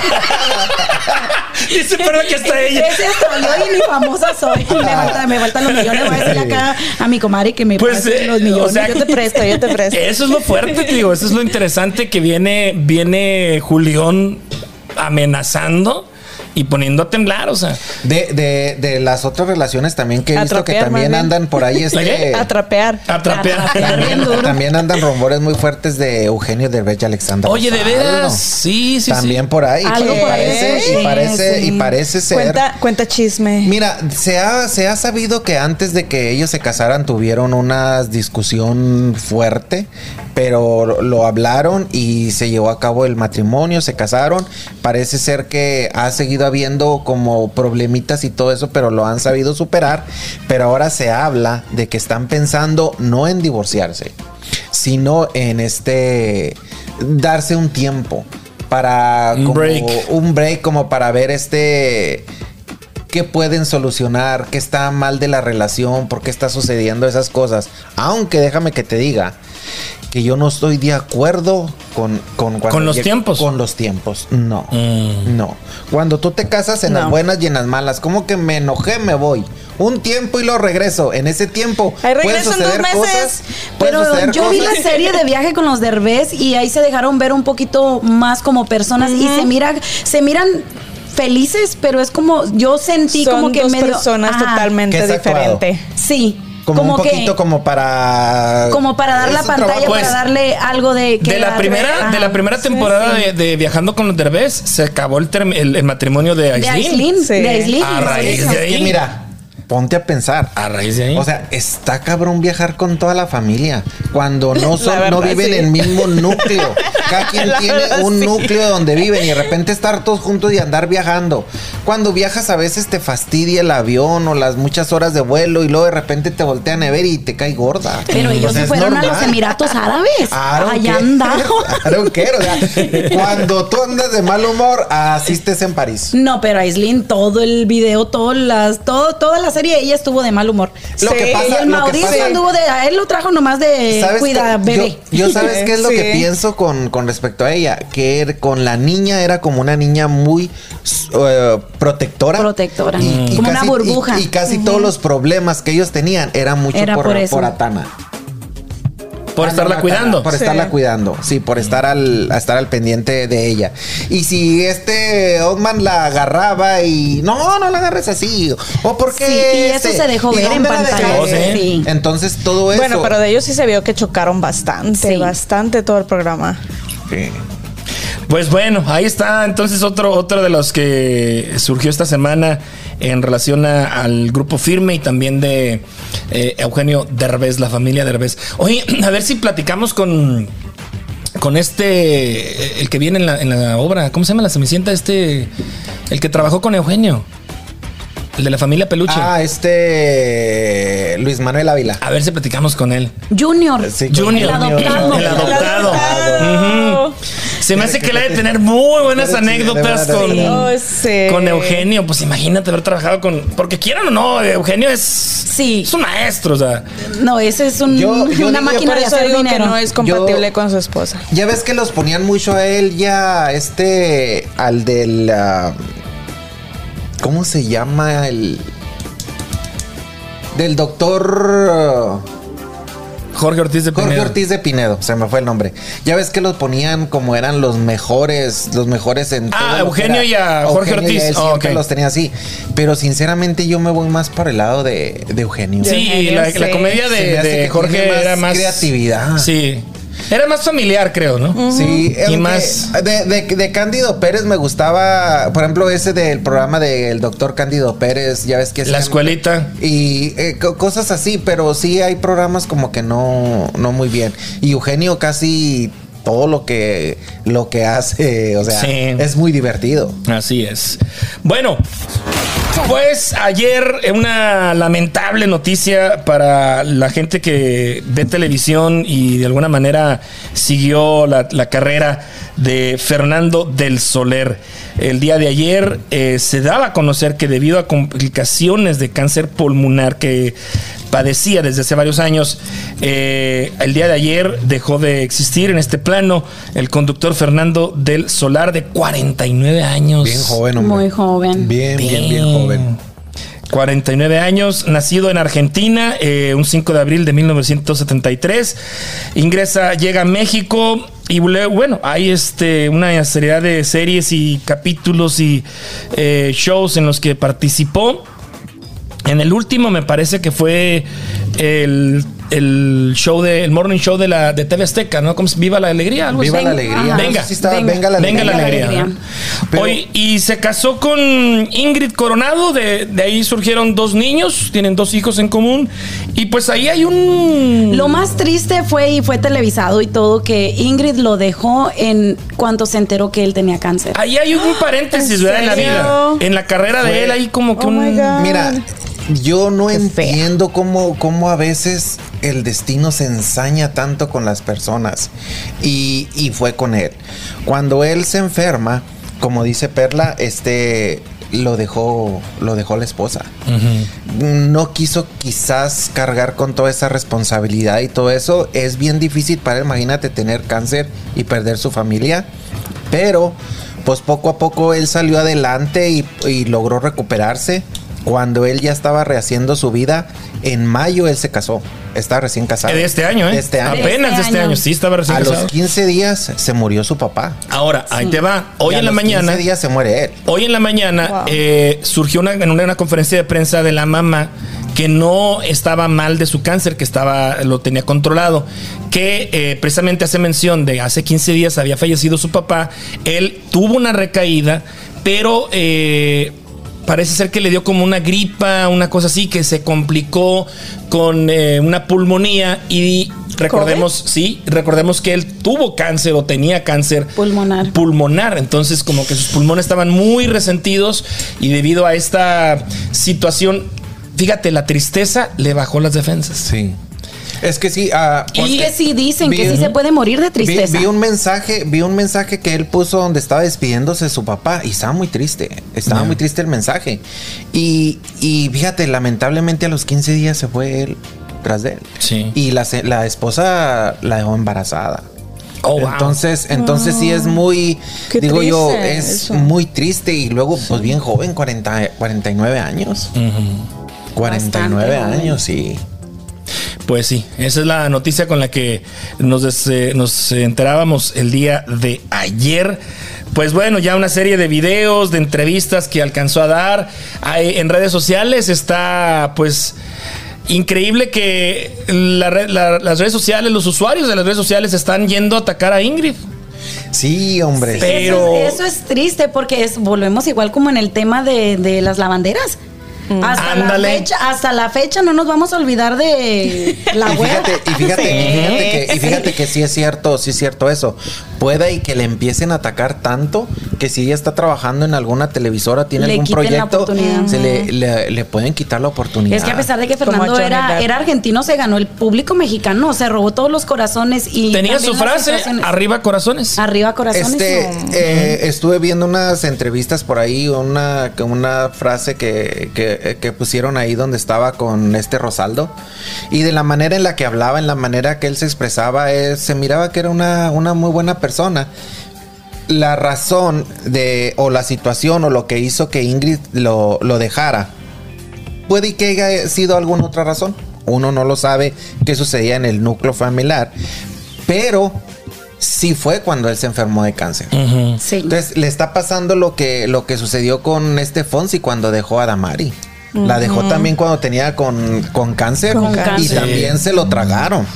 C: dice, pero que está ella.
F: Ese hasta yo y mi famosa soy. Me, falta- me faltan los millones. Voy a decirle acá a mi comadre que me
C: Pues,
F: pasen
C: eh,
F: los
C: o
F: millones.
C: sea,
D: Yo te presto, yo te presto.
C: Eso es lo fuerte, te digo. Eso es lo interesante que viene, viene Julián amenazando y poniendo a temblar. O sea,
E: De, de, de las otras relaciones también que he visto que
D: Atropear,
E: también
D: mami.
E: andan por ahí. Este,
C: qué?
D: Atrapear.
C: atrapear.
E: también, también andan rumores muy fuertes de Eugenio Derbez y Alexandra.
C: Oye, de
E: Rosano.
C: veras. Sí, sí, sí.
E: también por ahí.
F: Algo
E: Y
F: por ahí,
E: parece,
F: Ah, sí,
E: y parece,
F: sí.
E: y parece ser.
D: Cuenta, cuenta chisme.
E: Mira, se ha, se ha sabido que antes de que ellos se casaran tuvieron una discusión fuerte, pero lo hablaron y se llevó a cabo el matrimonio, se casaron. Parece ser que ha seguido ido habiendo como problemitas y todo eso, pero lo han sabido superar. Pero ahora se habla de que están pensando no en divorciarse, sino en este darse un tiempo para
C: Un
E: como
C: break.
E: un break como para ver este qué pueden solucionar, qué está mal de la relación, por qué está sucediendo esas cosas. Aunque déjame que te diga que yo no estoy de acuerdo con con, cuando
C: Con los
E: lleg-
C: tiempos.
E: Con los tiempos, no.
C: Mm.
E: No. Cuando tú te casas en
D: No.
E: las buenas y en las malas, como que me enojé, me voy. Un tiempo y lo regreso. En ese tiempo
D: Ahí
E: pueden
D: regreso en dos
E: suceder
D: meses.
E: cosas, pueden
F: Pero
E: suceder
F: yo vi la
E: cosas.
F: serie de viaje con los derbés y ahí se dejaron ver un poquito más como personas y se mira, se miran felices, pero es como yo sentí
D: Son
F: como que
D: dos
F: medio ah.
D: personas
F: Ajá.
D: totalmente
E: Que es actuado.
D: diferentes.
F: Sí.
E: como,
F: Como,
E: un
F: que-
E: poquito como para
F: como para dar
E: Es
F: la
E: un
F: pantalla,
E: trabajo.
C: Pues,
F: para darle algo de que
C: de la
F: dar-
C: primera
F: Ajá.
C: de la primera temporada
D: sí.
C: De, de viajando con los Derbez se acabó el, term- el, el matrimonio de
F: de
C: Aislinn.
F: Aislinn,
D: Sí.
F: de Aislinn.
C: A raíz
E: Es
C: de
E: que
C: ahí.
E: mira, ponte a pensar.
C: a raíz de ahí
E: O sea, está cabrón viajar con toda la familia cuando no, son-
D: La verdad,
E: no viven
D: sí.
E: en el mismo núcleo. Cada quien
D: La
E: tiene
D: verdad,
E: un
D: sí.
E: núcleo donde viven y de repente estar todos juntos y andar viajando. Cuando viajas a veces te fastidia el avión o las muchas horas de vuelo y luego de repente te voltean a ver y te cae gorda.
F: Pero
E: O
F: ellos
E: sea,
F: se
E: Mm, pues es
F: fueron a
E: normal.
F: los Emiratos Árabes.
E: I don't
F: Allá
E: care.
F: andaron.
E: I don't care, o sea, cuando tú andas de mal humor, asistes en París.
F: No, pero Aislinn, todo el video, todas las, todo, toda la serie, ella estuvo de mal humor.
E: Lo
D: Sí,
E: que
D: y
E: pasa,
F: Y el
E: lo que
F: Mauricio
E: pasa-
F: anduvo de. A él lo trajo nomás de.
E: ¿Sabes
F: Eh, Cuida,
E: qué?
F: bebé.
E: Yo, yo sabes qué es lo
D: Sí.
E: que pienso con, con respecto a ella, que er- con la niña era como una niña muy s- eh, protectora.
F: Protectora. Mm. Como una
E: casi-
F: burbuja.
E: Y, y casi todos los problemas que ellos tenían era mucho
F: Era
E: por,
F: por eso.
E: por Atana.
C: por estarla
E: Atana,
C: cuidando
E: Por
D: Sí.
E: estarla cuidando, sí, por estar al, a estar al pendiente de ella. Y si este Otman la agarraba y no, no la agarres así. O este? porque
F: Sí, y eso se dejó ver en pantalla. Sí.
E: Entonces todo eso.
D: Bueno, pero de ellos sí se vio que chocaron bastante,
F: Sí.
D: bastante todo el programa.
E: Sí.
C: Pues bueno, ahí está entonces otro, otro de los que surgió esta semana en relación a- al grupo firme y también de eh, Eugenio Derbez, la familia Derbez. Oye, a ver si platicamos con, con este, eh, el que viene en la, en la obra, ¿cómo se llama la Cenicienta? Este, el que trabajó con Eugenio, el de la familia Peluche.
E: Ah, este Luis Manuel Ávila.
C: A ver si platicamos con él.
F: Junior.
E: Eh, Sí,
C: Junior.
F: El adoptado.
C: El adoptado.
D: Oh,
C: Ujú. Se me hace que la de tener muy buenas
E: Pero sí,
C: anécdotas
E: de verdad,
C: con,
E: sí.
D: Oh,
F: Eh,
D: sí.
C: con Eugenio. Pues imagínate haber trabajado con. Porque quieran o no, Eugenio es.
F: Sí.
C: Es un maestro, o sea.
F: No, ese es un,
E: Yo- yo
F: una
E: digo,
F: máquina
D: Por
F: de
D: eso
F: hacer
D: digo que
F: dinero.
D: no es compatible con su esposa.
E: Ya ves que los ponían mucho a él ya este al del ah, ¿Cómo se llama el del doctor
C: Jorge Ortiz de
E: Jorge
C: Pinedo.
E: Ortiz de Pinedo, se me fue el nombre. Ya ves que los ponían como eran los mejores, los mejores en
C: Ah,
E: todo lo que
C: Eugenio
E: era.
C: y a Jorge Ortiz.
E: y a él
C: Ah,
E: siempre
C: ok.
E: los tenía así, pero sinceramente yo me voy más por el lado de, de Eugenio.
C: Sí, la, la
D: Sí.
C: comedia
E: Se
C: de,
E: me hace
C: de
E: que
C: Jorge
E: tiene más
C: era más.
E: creatividad.
C: Sí. Era más familiar, creo, ¿no?
E: Sí,
C: Y
E: aunque
C: más-
E: De, de- de Cándido Pérez me gustaba, por ejemplo, ese del programa del doctor Cándido Pérez, ya ves que...
C: La
E: hacían-
C: escuelita.
E: Y eh, co- cosas así, pero sí hay programas como que no, no muy bien. Y Eugenio casi todo lo que, lo que hace, o sea,
C: Sí.
E: es muy divertido.
C: Así es. Bueno, pues ayer eh, una lamentable noticia para la gente que ve televisión y de alguna manera siguió la, la carrera de Fernando del Soler. El día de ayer eh, se daba a conocer que debido a complicaciones de cáncer pulmonar que padecía desde hace varios años, eh, el día de ayer dejó de existir en este plano el conductor Fernando del Solar de 49 años.
E: Bien joven, hombre.
F: Muy joven.
E: Bien, bien, bien joven.
C: 49 años, nacido en Argentina, eh, un 5 de abril de 1973. Ingresa, llega a México y le- bueno, hay este, una seriedad de series y capítulos y eh, shows en los que participó. En el último me parece que fue el el show de, el morning show de la de TV Azteca, ¿no? Como es Viva la Alegría, algo así.
E: Viva la
F: Venga,
E: alegría.
F: ajá.
E: No
C: Pues Venga,
E: sé si está- venga la alegría.
C: Venga la alegría.
F: alegría.
E: Pero-
C: Oye, y se casó con Ingrid Coronado, de, de ahí surgieron dos niños, tienen dos hijos en común, y pues ahí hay un...
F: Mm. Lo más triste fue y fue televisado y todo que Ingrid lo dejó en cuanto se enteró que él tenía cáncer.
C: Ahí hay un paréntesis,
D: ¿En
C: ¿verdad? En la
D: serio?
C: vida. En la carrera de él, ahí como que
D: Oh my
C: un...
D: God.
E: Mira, yo no
D: Qué fea.
E: entiendo cómo, cómo a veces el destino se ensaña tanto con las personas. Y, y fue con él. Cuando él se enferma, como dice Perla, este lo dejó, lo dejó la esposa. No quiso quizás cargar con toda esa responsabilidad y todo eso. Es bien difícil para él, imagínate, tener cáncer y perder su familia. Pero, pues poco a poco él salió adelante y, y logró recuperarse. Cuando él ya estaba rehaciendo su vida, en mayo él se casó. Está recién casado.
C: De este año, ¿eh?
E: De este año.
C: Apenas de este
F: Este
C: año.
F: año.
C: Sí, estaba recién
E: A los
C: casado.
E: 15 días se murió su papá.
C: Ahora, ahí te va. Hoy
E: Y a
C: en la
E: los
C: mañana...
E: 15 días se muere él.
C: Hoy en la mañana
D: Wow.
C: eh, surgió una, en una, una conferencia de prensa de la mamá que no estaba mal de su cáncer, que estaba lo tenía controlado, que eh, precisamente hace mención de hace 15 días había fallecido su papá, él tuvo una recaída, pero eh, parece ser que le dio como una gripa, una cosa así, que se complicó con eh, una pulmonía y recordemos, sí, recordemos que él tuvo cáncer o tenía cáncer
F: Pulmonar.
C: pulmonar. Entonces, como que sus pulmones estaban muy resentidos y debido a esta situación, fíjate, la tristeza le bajó las defensas.
E: Sí. Es que sí. ah,
F: Y
E: porque
F: que sí dicen
E: vi-
F: que sí se puede morir de
E: vi-
F: tristeza.
E: Vi, un mensaje, vi un mensaje que él puso donde estaba despidiéndose de su papá y estaba muy triste. Estaba muy triste el mensaje. Y, y fíjate, lamentablemente a los 15 días se fue él tras de él.
C: Sí.
E: Y la, se- la esposa la dejó embarazada.
C: Oh, wow.
E: Entonces, entonces sí es muy,
D: Qué
E: digo yo,
D: triste
E: es
D: eso.
E: muy triste y luego pues bien joven, 40, 49 años. 49
F: Bastante joven.
E: años, sí.
C: Pues sí, esa es la noticia con la que nos, des- eh, nos enterábamos el día de ayer. Pues bueno, ya una serie de videos, de entrevistas que alcanzó a dar Hay- en redes sociales. Está pues increíble que la red- la- las redes sociales, los usuarios de las redes sociales están yendo a atacar a Ingrid.
E: Sí, hombre.
C: Sí. Pero-
F: Eso, es, eso es triste porque es, volvemos igual como en el tema de, de las lavanderas.
C: Mm.
F: Hasta la,
C: Ándale.
F: fecha, hasta la fecha no nos vamos a olvidar de la
E: y
F: abuela.
E: fíjate, y fíjate, y fíjate que, y fíjate que sí es cierto, sí es cierto eso. Pueda y que le empiecen a atacar tanto que si ella está trabajando en alguna televisora, tiene
F: Le
E: algún
F: quiten la
E: proyecto,
F: oportunidad.
E: se le, le- le pueden quitar la oportunidad.
F: Es que a pesar de que
D: Como
F: Fernando
D: Johnny
F: era,
D: Depp.
F: era argentino, se ganó el público mexicano, se robó todos los corazones y.
C: Tenía su
F: también las
C: frase,
F: situaciones.
C: arriba corazones.
F: Arriba corazones.
E: Este,
F: o-
E: eh, estuve viendo unas entrevistas por ahí, una, que una frase que, que- que pusieron ahí donde estaba con este Rosaldo. Y de la manera en la que hablaba, en la manera que él se expresaba, eh, se miraba que era una, una muy buena persona. La razón de, o la situación o lo que hizo que Ingrid lo, lo dejara, puede y que haya sido alguna otra razón. Uno no lo sabe qué sucedía en el núcleo familiar. Pero sí fue cuando él se enfermó de cáncer.
C: Mm.
F: sí.
E: Entonces le está pasando lo que, lo que sucedió con este Fonsi cuando dejó a Damari. La dejó también cuando tenía con, con cáncer.
D: Con
E: y
F: cáncer.
E: también se lo tragaron.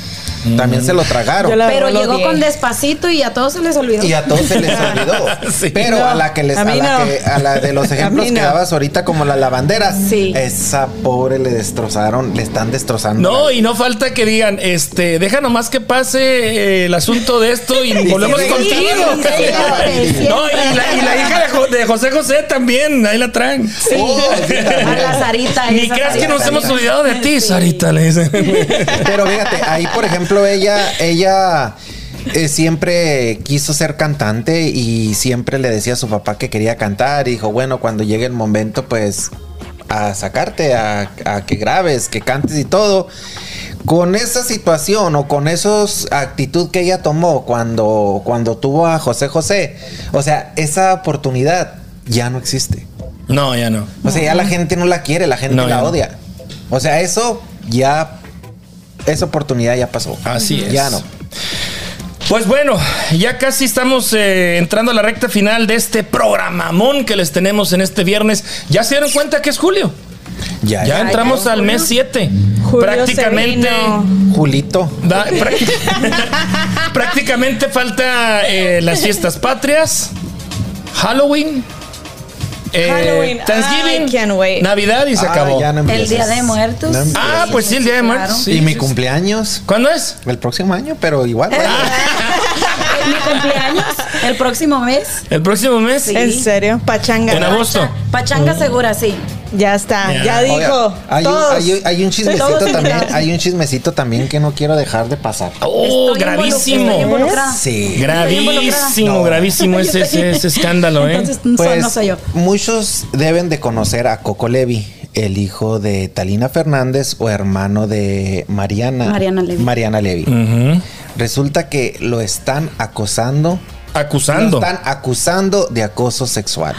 E: También se lo tragaron.
D: Yo la-
F: pero
D: lo
F: llegó
D: odié.
F: con despacito y a todos se les olvidó.
E: Y a todos se les olvidó.
C: Sí.
E: Pero a la que les
D: A
E: a,
D: mí
E: la
D: no.
E: que- a la de los ejemplos
D: mí
E: que
D: no.
E: dabas ahorita como la lavandera,
F: Sí.
E: esa pobre le destrozaron, le están destrozando.
C: No,
E: la-
C: y no falta que digan, este, deja nomás que pase eh, el asunto de esto y volvemos
E: sí,
C: contigo.
F: sí, siempre,
C: No, y la, y la hija de, Jo- de José José también, ahí la traen.
F: Sí.
E: Oh,
F: a la Sarita.
C: Ni
F: esa
C: creas que
F: Sarita.
C: nos hemos olvidado de ti,
F: Sí.
C: Sarita, le dicen.
E: Pero fíjate, ahí por ejemplo ella, ella eh, siempre quiso ser cantante y siempre le decía a su papá que quería cantar. Y dijo, bueno, cuando llegue el momento, pues a sacarte, a, a que grabes, que cantes y todo. Con esa situación o con esa actitud que ella tomó cuando, cuando tuvo a José José, o sea, esa oportunidad ya no existe.
C: No, ya no.
E: O sea, ya la gente no la quiere, la gente
C: No, ya
E: la
C: no.
E: odia. O sea, eso ya. Esa oportunidad ya pasó.
C: Así es.
E: Ya no.
C: Pues bueno, ya casi estamos eh, entrando a la recta final de este programamón que les tenemos en este viernes. ¿Ya se dieron cuenta que es julio?
E: Ya,
C: Ya
E: ya.
C: entramos al mes 7.
D: Julio
C: Prácticamente.
D: Serino.
E: Julito.
C: da- prácti- prácticamente falta eh, las fiestas patrias, Halloween, eh,
D: Halloween.
C: Thanksgiving,
D: I can't wait.
C: Navidad y se
E: Ah,
C: acabó.
E: ya no
F: El
E: empieces.
F: Día de Muertos.
E: No empieces.
C: Ah, pues sí, el día de muertos.
E: y
C: Sí,
E: mi
C: sí, sí.
E: cumpleaños.
C: ¿Cuándo es?
E: El próximo año, pero igual. bueno.
F: Es mi cumpleaños, el próximo mes.
C: El próximo mes.
F: Sí.
D: En serio, pachanga.
C: En agosto.
F: Pachanga
E: Oh.
F: segura, sí.
D: Ya está,
C: Ya.
D: ya
E: Oiga,
D: dijo.
E: hay, un,
D: todos.
E: hay un- hay un chismecito
D: Todos
E: también.
D: invitados.
E: Hay un chismecito también que no quiero dejar de pasar.
C: Oh,
F: Estoy involucra- estoy
C: gravísimo.
F: involucrada.
E: Sí.
C: Gravísimo,
E: No.
C: gravísimo ese, ese, ese escándalo, ¿eh?
F: Entonces, no soy-
E: Pues,
F: no soy yo.
E: Muchos deben de conocer a Coco Levi, el hijo de Talina Fernández o hermano de Mariana.
F: Mariana Levy.
E: Mariana Levy.
C: Ujú.
E: Resulta que lo están acosando.
C: Acusando.
E: Lo están acusando de acoso sexual.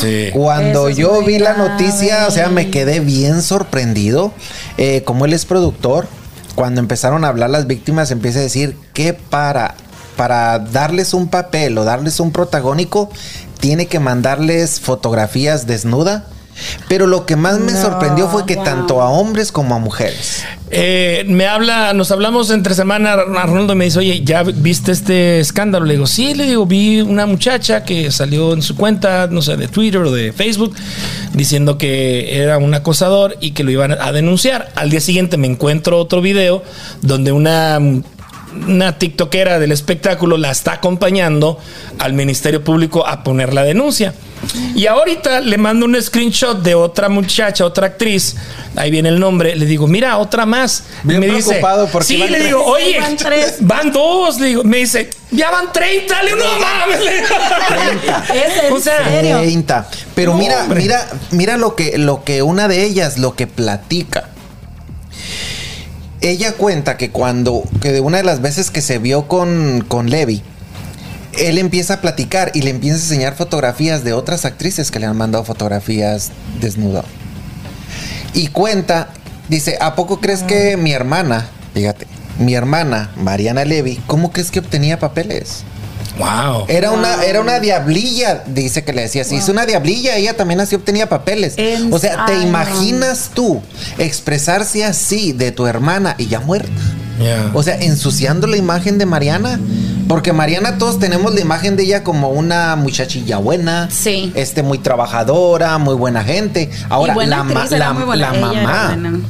C: Sí.
E: Cuando
F: Eso es
E: yo
F: muy
E: vi la
F: grave.
E: noticia, o sea, me quedé bien sorprendido. Eh, como él es productor, cuando empezaron a hablar las víctimas, empieza a decir que para, para darles un papel o darles un protagónico, tiene que mandarles fotografías desnuda. Pero lo que más me
D: No,
E: sorprendió fue que
F: wow.
E: tanto a hombres como a mujeres.
C: Eh, me habla, nos hablamos entre semana, Arnoldo me dice, oye, ¿ya viste este escándalo? Le digo, sí, le digo, vi una muchacha que salió en su cuenta, no sé, de Twitter o de Facebook, diciendo que era un acosador y que lo iban a denunciar. Al día siguiente me encuentro otro video donde una... Una TikTokera del espectáculo la está acompañando al Ministerio Público a poner la denuncia. Y ahorita le mando un screenshot de otra muchacha, otra actriz. Ahí viene el nombre. Le digo, mira, otra más. Y
E: Bien
C: me
E: preocupado porque
C: sí,
E: van
C: le
E: tres.
C: digo, oye,
F: Van tres.
C: van dos. Le digo, me dice, ya van 30. Le digo, no mames. le digo.
F: Es en
C: O sea,
F: serio.
E: 30. Pero
C: No,
E: mira,
C: hombre.
E: mira, mira lo que, lo que una de ellas, lo que platica. Ella cuenta que cuando, que de una de las veces que se vio con, con Levi, él empieza a platicar y le empieza a enseñar fotografías de otras actrices que le han mandado fotografías desnudo. Y cuenta, dice, ¿a poco crees que mi hermana, fíjate, mi hermana, Mariana Levy, ¿cómo crees que obtenía papeles?
C: Wow.
E: Era una, era una diablilla, dice que le decía así. Es una diablilla, ella también así obtenía papeles.
F: En-
E: o sea, ¿te
F: ay, no.
E: imaginas tú expresarse así de tu hermana y ya muerta?
C: Ya.
E: O sea, ensuciando la imagen de Mariana. Porque Mariana todos tenemos la imagen de ella como una muchachilla buena.
F: Sí.
E: Este, muy trabajadora, muy buena gente. Ahora,
F: Y buena
E: la, ma-
F: actriz, era
E: la-
F: muy buena.
E: la
F: Ella era
E: mamá.
F: buena.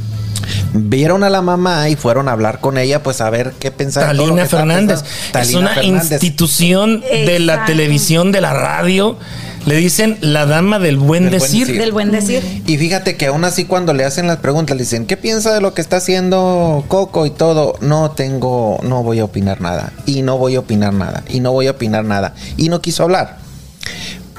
E: Vieron a la mamá y fueron a hablar con ella, pues a ver qué pensaba. todo lo
C: Talina
E: que estaba
C: Fernández.
E: pensando.
C: es
E: Talina
C: una
E: Fernández.
C: institución de la
F: Exacto.
C: televisión, de la radio. Le dicen la dama del buen
E: Del buen
C: decir.
E: decir.
F: Del buen decir.
E: Y fíjate que aún así cuando le hacen las preguntas, le dicen, ¿qué piensa de lo que está haciendo Coco y todo? No tengo, no voy a opinar nada. Y no voy a opinar nada. Y no voy a opinar nada. Y no quiso hablar.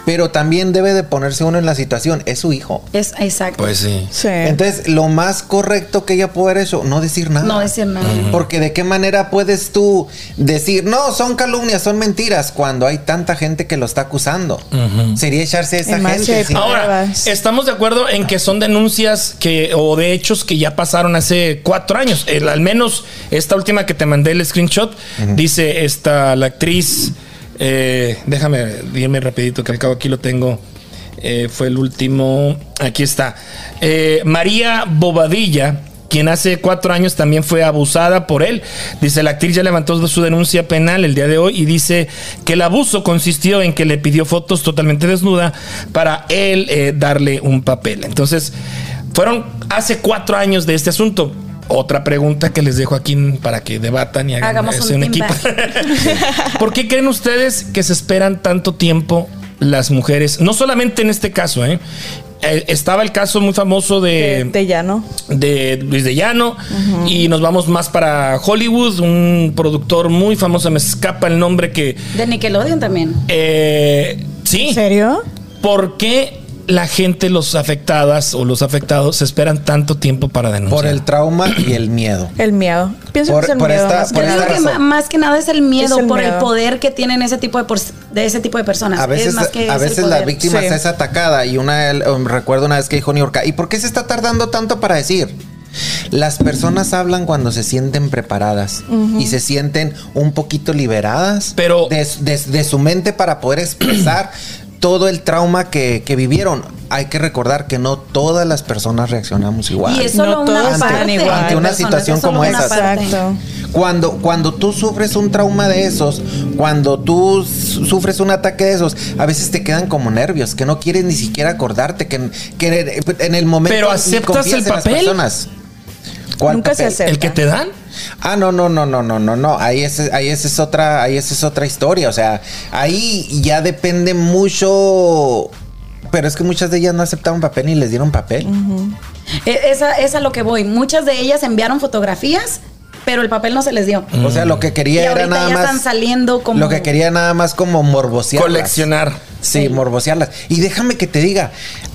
E: Pero también debe de ponerse uno en la situación. Es su hijo.
F: Es exacto.
C: Pues sí.
D: Sí.
F: Eh.
E: Entonces, lo más correcto que ella puede haber hecho, no decir nada.
F: No decir nada.
E: Porque de qué manera puedes tú decir, no, son calumnias, son mentiras, cuando hay tanta gente que lo está acusando. Sería echarse a esa
D: Y más si
E: gente.
D: hay
E: sí.
D: pruebas.
C: Ahora, estamos de acuerdo en que son denuncias que o de hechos que ya pasaron hace cuatro años. El- al menos esta última que te mandé el screenshot dice esta la actriz. eh, déjame dime rapidito que al cabo aquí lo tengo. Eh, fue el último. Aquí está. Eh, María Bobadilla quien hace cuatro años también fue abusada por él. Dice, la actriz ya levantó su denuncia penal el día de hoy y dice que el abuso consistió en que le pidió fotos totalmente desnuda para él eh, darle un papel. Entonces, fueron hace cuatro años de este asunto. Otra pregunta que les dejo aquí para que debatan y hagan
F: Hagamos
C: eh,
F: un
C: sea
F: team
C: ¿Por qué creen ustedes que se esperan tanto tiempo las mujeres? No solamente en este caso, ¿eh? Eh, Estaba el caso muy famoso
D: De, de llano.
C: de Luis de Llano y nos vamos más para Hollywood, un productor muy famoso, me escapa el nombre que...
F: De Nickelodeon también.
C: eh, sí,
D: ¿En serio?
C: ¿por qué la gente, los afectadas o los afectados, se esperan tanto tiempo para denunciar?
E: Por el trauma y el miedo.
D: El miedo. Pienso que
E: Por-
D: es el
E: por
D: miedo.
E: esta-
D: más que
E: por
F: Yo
D: nada.
E: esta
F: creo que
E: razón.
F: ma- más que nada es el miedo
D: Es el
F: por el
D: miedo.
F: poder que tienen ese tipo de por- de ese tipo de personas.
E: A
F: es
E: veces,
F: más que
E: a
F: es el
E: veces la
F: poder.
E: víctima
D: Sí.
E: es atacada y una um, recuerdo una vez que dijo New York, ¿y por qué se está tardando tanto para decir? Las personas hablan cuando se sienten preparadas y se sienten un poquito liberadas
C: Pero-
E: de, su- de- de su mente para poder expresar todo el trauma que, que vivieron. Hay que recordar que no todas las personas reaccionamos igual.
F: Y es solo
D: No todos
F: una
D: están
F: parte.
D: igual.
F: Hay
D: Ante
E: una
F: personas,
E: situación
F: es solo
E: como
F: una
E: esas.
F: parte.
D: Exacto.
E: Cuando, cuando tú sufres un trauma de esos, cuando tú su- sufres un ataque de esos, a veces te quedan como nervios, que no quieres ni siquiera acordarte, que, en- que en el- en el momento
C: Pero
E: ni
C: ¿aceptas
E: confías
C: el
E: en las
C: papel?
E: personas. ¿Cuál
D: Nunca se
E: papel?
D: acepta.
C: ¿El que te dan?
E: Ah, no, no, no, no, no, no, no. Ahí es, ahí esa es otra, ahí esa es otra historia. O sea, ahí ya depende mucho. Pero es que muchas de ellas no aceptaron papel ni les dieron papel.
F: E- Esa es a lo que voy. Muchas de ellas enviaron fotografías, pero el papel no se les dio.
E: O sea, lo que
F: Y
E: quería
F: ahorita
E: era nada
F: ya
E: más.
F: están saliendo como.
E: Lo que quería nada más como morbosearlas.
C: Coleccionar.
E: Sí, morbosearlas. Y déjame que te diga,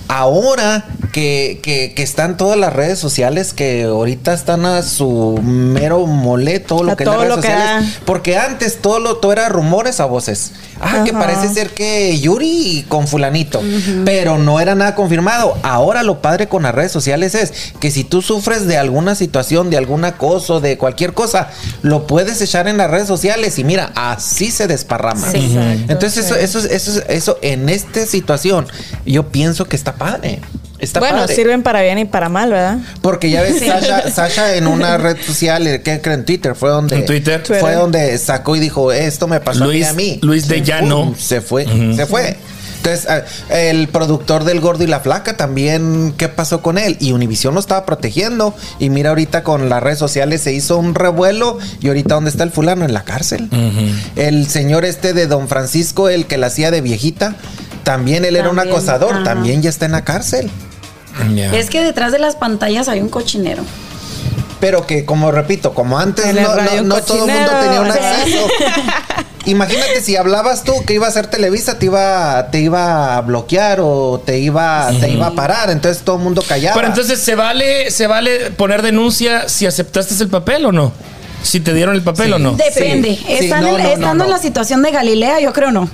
E: ahora que, que- que están todas las redes sociales, que ahorita están a su mero mole, todo lo
D: A
E: que es las
D: todo
E: redes
D: lo que
E: sociales.
D: da.
E: Porque antes todo lo todo era rumores a voces. Ah, que
D: Ajá.
E: parece ser que Yuri con fulanito. Pero no era nada confirmado. Ahora lo padre con las redes sociales es que si tú sufres de alguna situación, de algún acoso, de cualquier cosa, lo puedes echar en las redes sociales y mira, así se desparrama.
F: Sí, Ujú. exacto,
E: Entonces eso,
D: sí.
E: eso, eso, eso en esta situación yo pienso que está padre. Está
D: bueno,
E: padre.
D: sirven para bien y para mal, ¿verdad?
E: Porque ya ves,
F: Sí.
E: Sasha, Sasha en una red social, eh, ¿qué creen? En Twitter, fue donde.
C: En Twitter.
E: Fue
D: Twitter.
E: donde sacó y dijo, esto me pasó
C: Luis-
E: a mí.
C: Luis de
E: Pum,
C: Llano.
E: Se fue,
C: Ujú.
E: se fue. Entonces, ah, el productor del Gordo y la Flaca también, ¿qué pasó con él? Y Univision lo estaba protegiendo. Y mira, ahorita con las redes sociales se hizo un revuelo. Y ahorita, ¿dónde está el fulano? En la cárcel.
C: Mm.
E: El señor este de Don Francisco, el que la hacía de viejita, también él era un
F: También,
E: acosador.
F: ajá.
E: También ya está en la cárcel.
C: Ya.
F: Es que detrás de las pantallas hay un cochinero.
E: Pero que, como repito, como antes
D: En el
E: no, no-
D: radio
E: no todo el mundo
D: cochinero,
E: tenía un
D: o sea.
E: acceso. Imagínate si hablabas tú que iba a ser Televisa, te iba, te iba a bloquear o te iba, te iba a parar. Entonces todo el mundo callaba.
C: Pero entonces se vale, se vale poner denuncia si aceptaste el papel o no. Si te dieron el papel o no.
F: Depende.
E: Sí, sí,
F: Están
E: no,
F: en-
E: no, no,
F: estando en
E: no.
F: la situación de Galilea, yo creo no.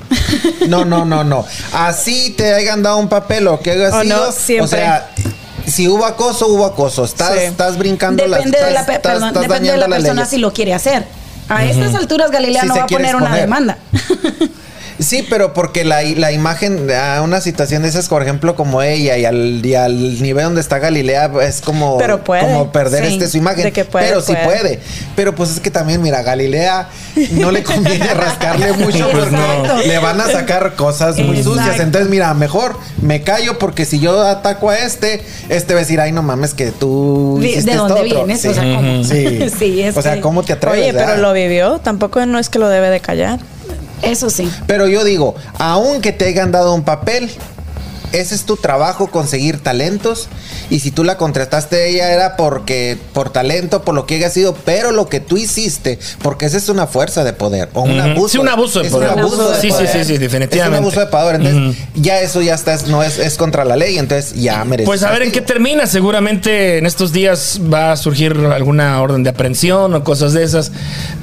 E: No, no, no, no. Así te hayan dado un papel o que hagas
D: O no,
E: sido. o
D: siempre.
E: sea, si hubo acoso, hubo acoso. Estás,
D: Sí.
E: estás brincando las-
F: Depende de la,
E: estás-
F: pe-
E: estás-
F: perdón,
E: estás
F: depende de
E: dañando
F: la
E: las
F: persona
E: leyes.
F: si lo quiere hacer. A estas alturas Galilea
E: Si
F: no
E: se
F: va a
E: quiere
F: poner una
E: exponer.
F: demanda.
E: Sí, pero porque la, la imagen, a una situación de esas, por ejemplo, como ella y al, y al nivel donde está Galilea, es como,
D: Pero puede,
E: como perder
F: sí,
E: este, su imagen.
D: de que puede,
E: pero sí
D: puede.
E: puede. Pero pues es que también, mira, Galilea no le conviene rascarle mucho
F: Pues
E: porque
F: no.
E: le van a sacar cosas muy
F: Exacto.
E: sucias. Entonces, mira, mejor me callo porque si yo ataco a este, este va a decir, ay, no mames, que tú.
F: De-
E: hiciste
F: ¿de dónde
E: esto este otro".
F: vienes?
E: Sí.
F: O sea, ¿cómo?
E: Sí.
F: Sí, es
E: o sea,
F: que-
E: ¿cómo te atreves? Ah.
D: Oye, pero
E: verdad?
D: lo vivió, tampoco no es que lo debe de callar.
F: Eso sí.
E: Pero yo digo, aunque te hayan dado un papel, ese es tu trabajo, conseguir talentos. Y si tú la contrataste a ella era porque, por talento, por lo que haya sido, pero lo que tú hiciste, porque esa es una fuerza de poder. O un
C: Ujú.
E: abuso.
C: Sí, un abuso de
E: Es
C: poder.
E: Un abuso de
C: Sí, sí,
E: poder.
C: sí, sí, definitivamente.
E: Es un abuso de poder. Entonces, ya eso ya está, es- no es, es contra la ley, entonces ya merece.
C: Pues a ver en qué
E: castigo.
C: termina. Seguramente en estos días va a surgir alguna orden de aprehensión o cosas de esas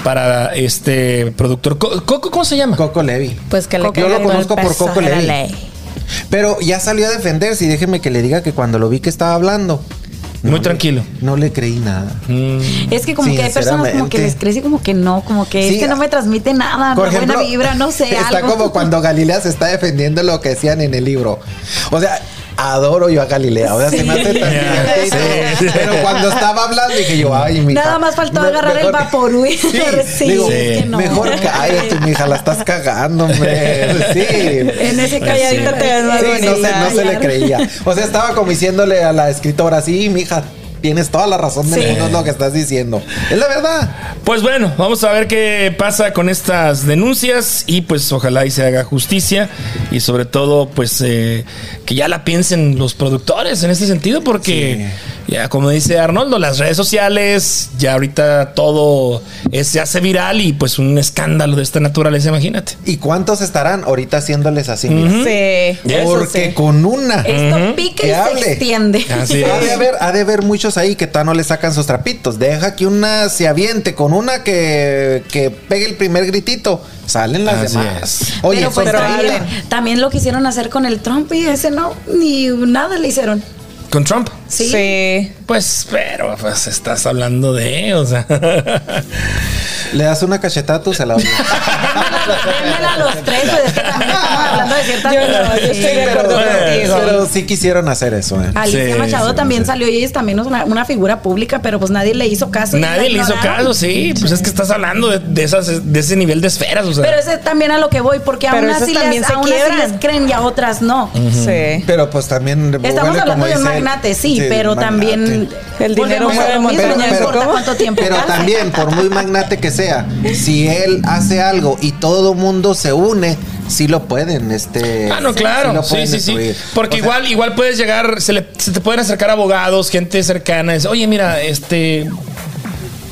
C: para este productor. Co- Coco, ¿cómo se llama?
E: Coco Levi.
D: Pues que le
E: Yo
D: caiga
E: lo
D: todo el
E: conozco por
D: peso
E: Coco
D: de la
E: Levi.
D: ley.
E: Pero ya salió a defenderse y déjeme que le diga que cuando lo vi que estaba hablando.
C: Muy
E: le-
C: tranquilo.
E: no le creí nada.
C: Mm.
F: Es que como que hay personas como
E: Sinceramente.
F: que les crece como que no, como que
E: Sí,
F: es que no me transmite nada, Ah, no
E: Por ejemplo,
F: buena vibra, no sé,
E: Está
F: algo.
E: como cuando Galilea se está defendiendo lo que decían en el libro. O sea, adoro yo a Galilea. O sea, se me hace tan
C: Sí.
E: divertido.
C: Sí.
E: Pero cuando estaba hablando dije yo, ay, mija.
F: Nada más faltó
E: me-
F: agarrar el
E: mejor-
F: Vaporwave.
E: Sí,
F: Sí,
E: digo,
F: es que no.
E: mejor cállate, mija, la estás cagando, hombre. Sí.
F: En ese
C: Pues
F: calladito
C: sí.
F: te ves más
E: Sí, no se,
F: bonita.
E: no se le creía. O sea, estaba como diciéndole a la escritora, sí, mija, tienes toda la razón del
F: Sí.
E: mundo en lo que estás diciendo. Es la verdad.
C: Pues bueno, vamos a ver qué pasa con estas denuncias y pues ojalá y se haga justicia y sobre todo pues eh, que ya la piensen los productores en este sentido porque ya como dice Arnoldo, las redes sociales, ya ahorita todo es- se hace viral y pues un escándalo de esta naturaleza, imagínate.
E: ¿Y cuántos estarán ahorita haciéndoles así? mija?
D: Sí, eso
E: Porque
D: sí.
E: con una.
F: Esto pica y
E: Que hable.
F: se extiende.
C: Así
E: Ha de,
C: es.
E: haber, ha de haber muchos ahí que todavía no le sacan sus trapitos. Deja que una se aviente con una que, que pegue el primer gritito. Salen las
C: Así
E: demás.
C: es.
E: Oye,
F: pero pues
E: son
F: también,
E: treinta.
F: también lo quisieron hacer con el Trump y ese no, ni nada le hicieron.
C: Con Trump.
D: ¿Mm?
F: Sí.
D: Sí.
C: Pues, pero pues estás hablando de, o sea.
E: Le das una cachetada, tú se la oyes.
F: Démela a los tres, pues es que también estamos hablando de ciertas
D: Yo no, yo estoy de
E: pero,
D: acuerdo
E: pero,
D: contigo.
E: pero sí quisieron hacer eso, ¿eh?
F: Alicia
C: Sí,
F: Machado
C: sí,
F: también
C: sí.
F: salió y ella es también una, una figura pública, pero pues nadie le hizo caso. y
C: Nadie
F: la
C: le hizo
F: ignoraron.
C: caso, sí. Pues es que estás hablando de, de esas, de ese nivel de esferas, o sea.
F: Pero ese también a lo que voy, porque a
D: Pero
F: unas
D: esas
F: sí
D: también
F: les,
D: se
F: a unas sí
D: quiebran.
F: les creen y a otras no.
D: Sí.
E: Pero pues también.
F: Estamos
E: vuelve como
F: hablando de un
E: dice él.
F: magnate, sí,
E: de
F: pero
E: un magnate.
F: también.
D: El dinero
F: volvemos a
D: mueve
F: lo mismo,
D: montañas,
F: no importa
D: ¿cómo?
F: cuánto tiempo.
E: Pero
F: pase.
E: también, por muy magnate que sea, si él hace algo y todo mundo se une, sí lo pueden, este.
C: Ah, no, claro. Sí, sí, sí. Porque igual, igual puedes llegar, se, le- se te pueden acercar abogados, gente cercana. Es, Oye, mira, este.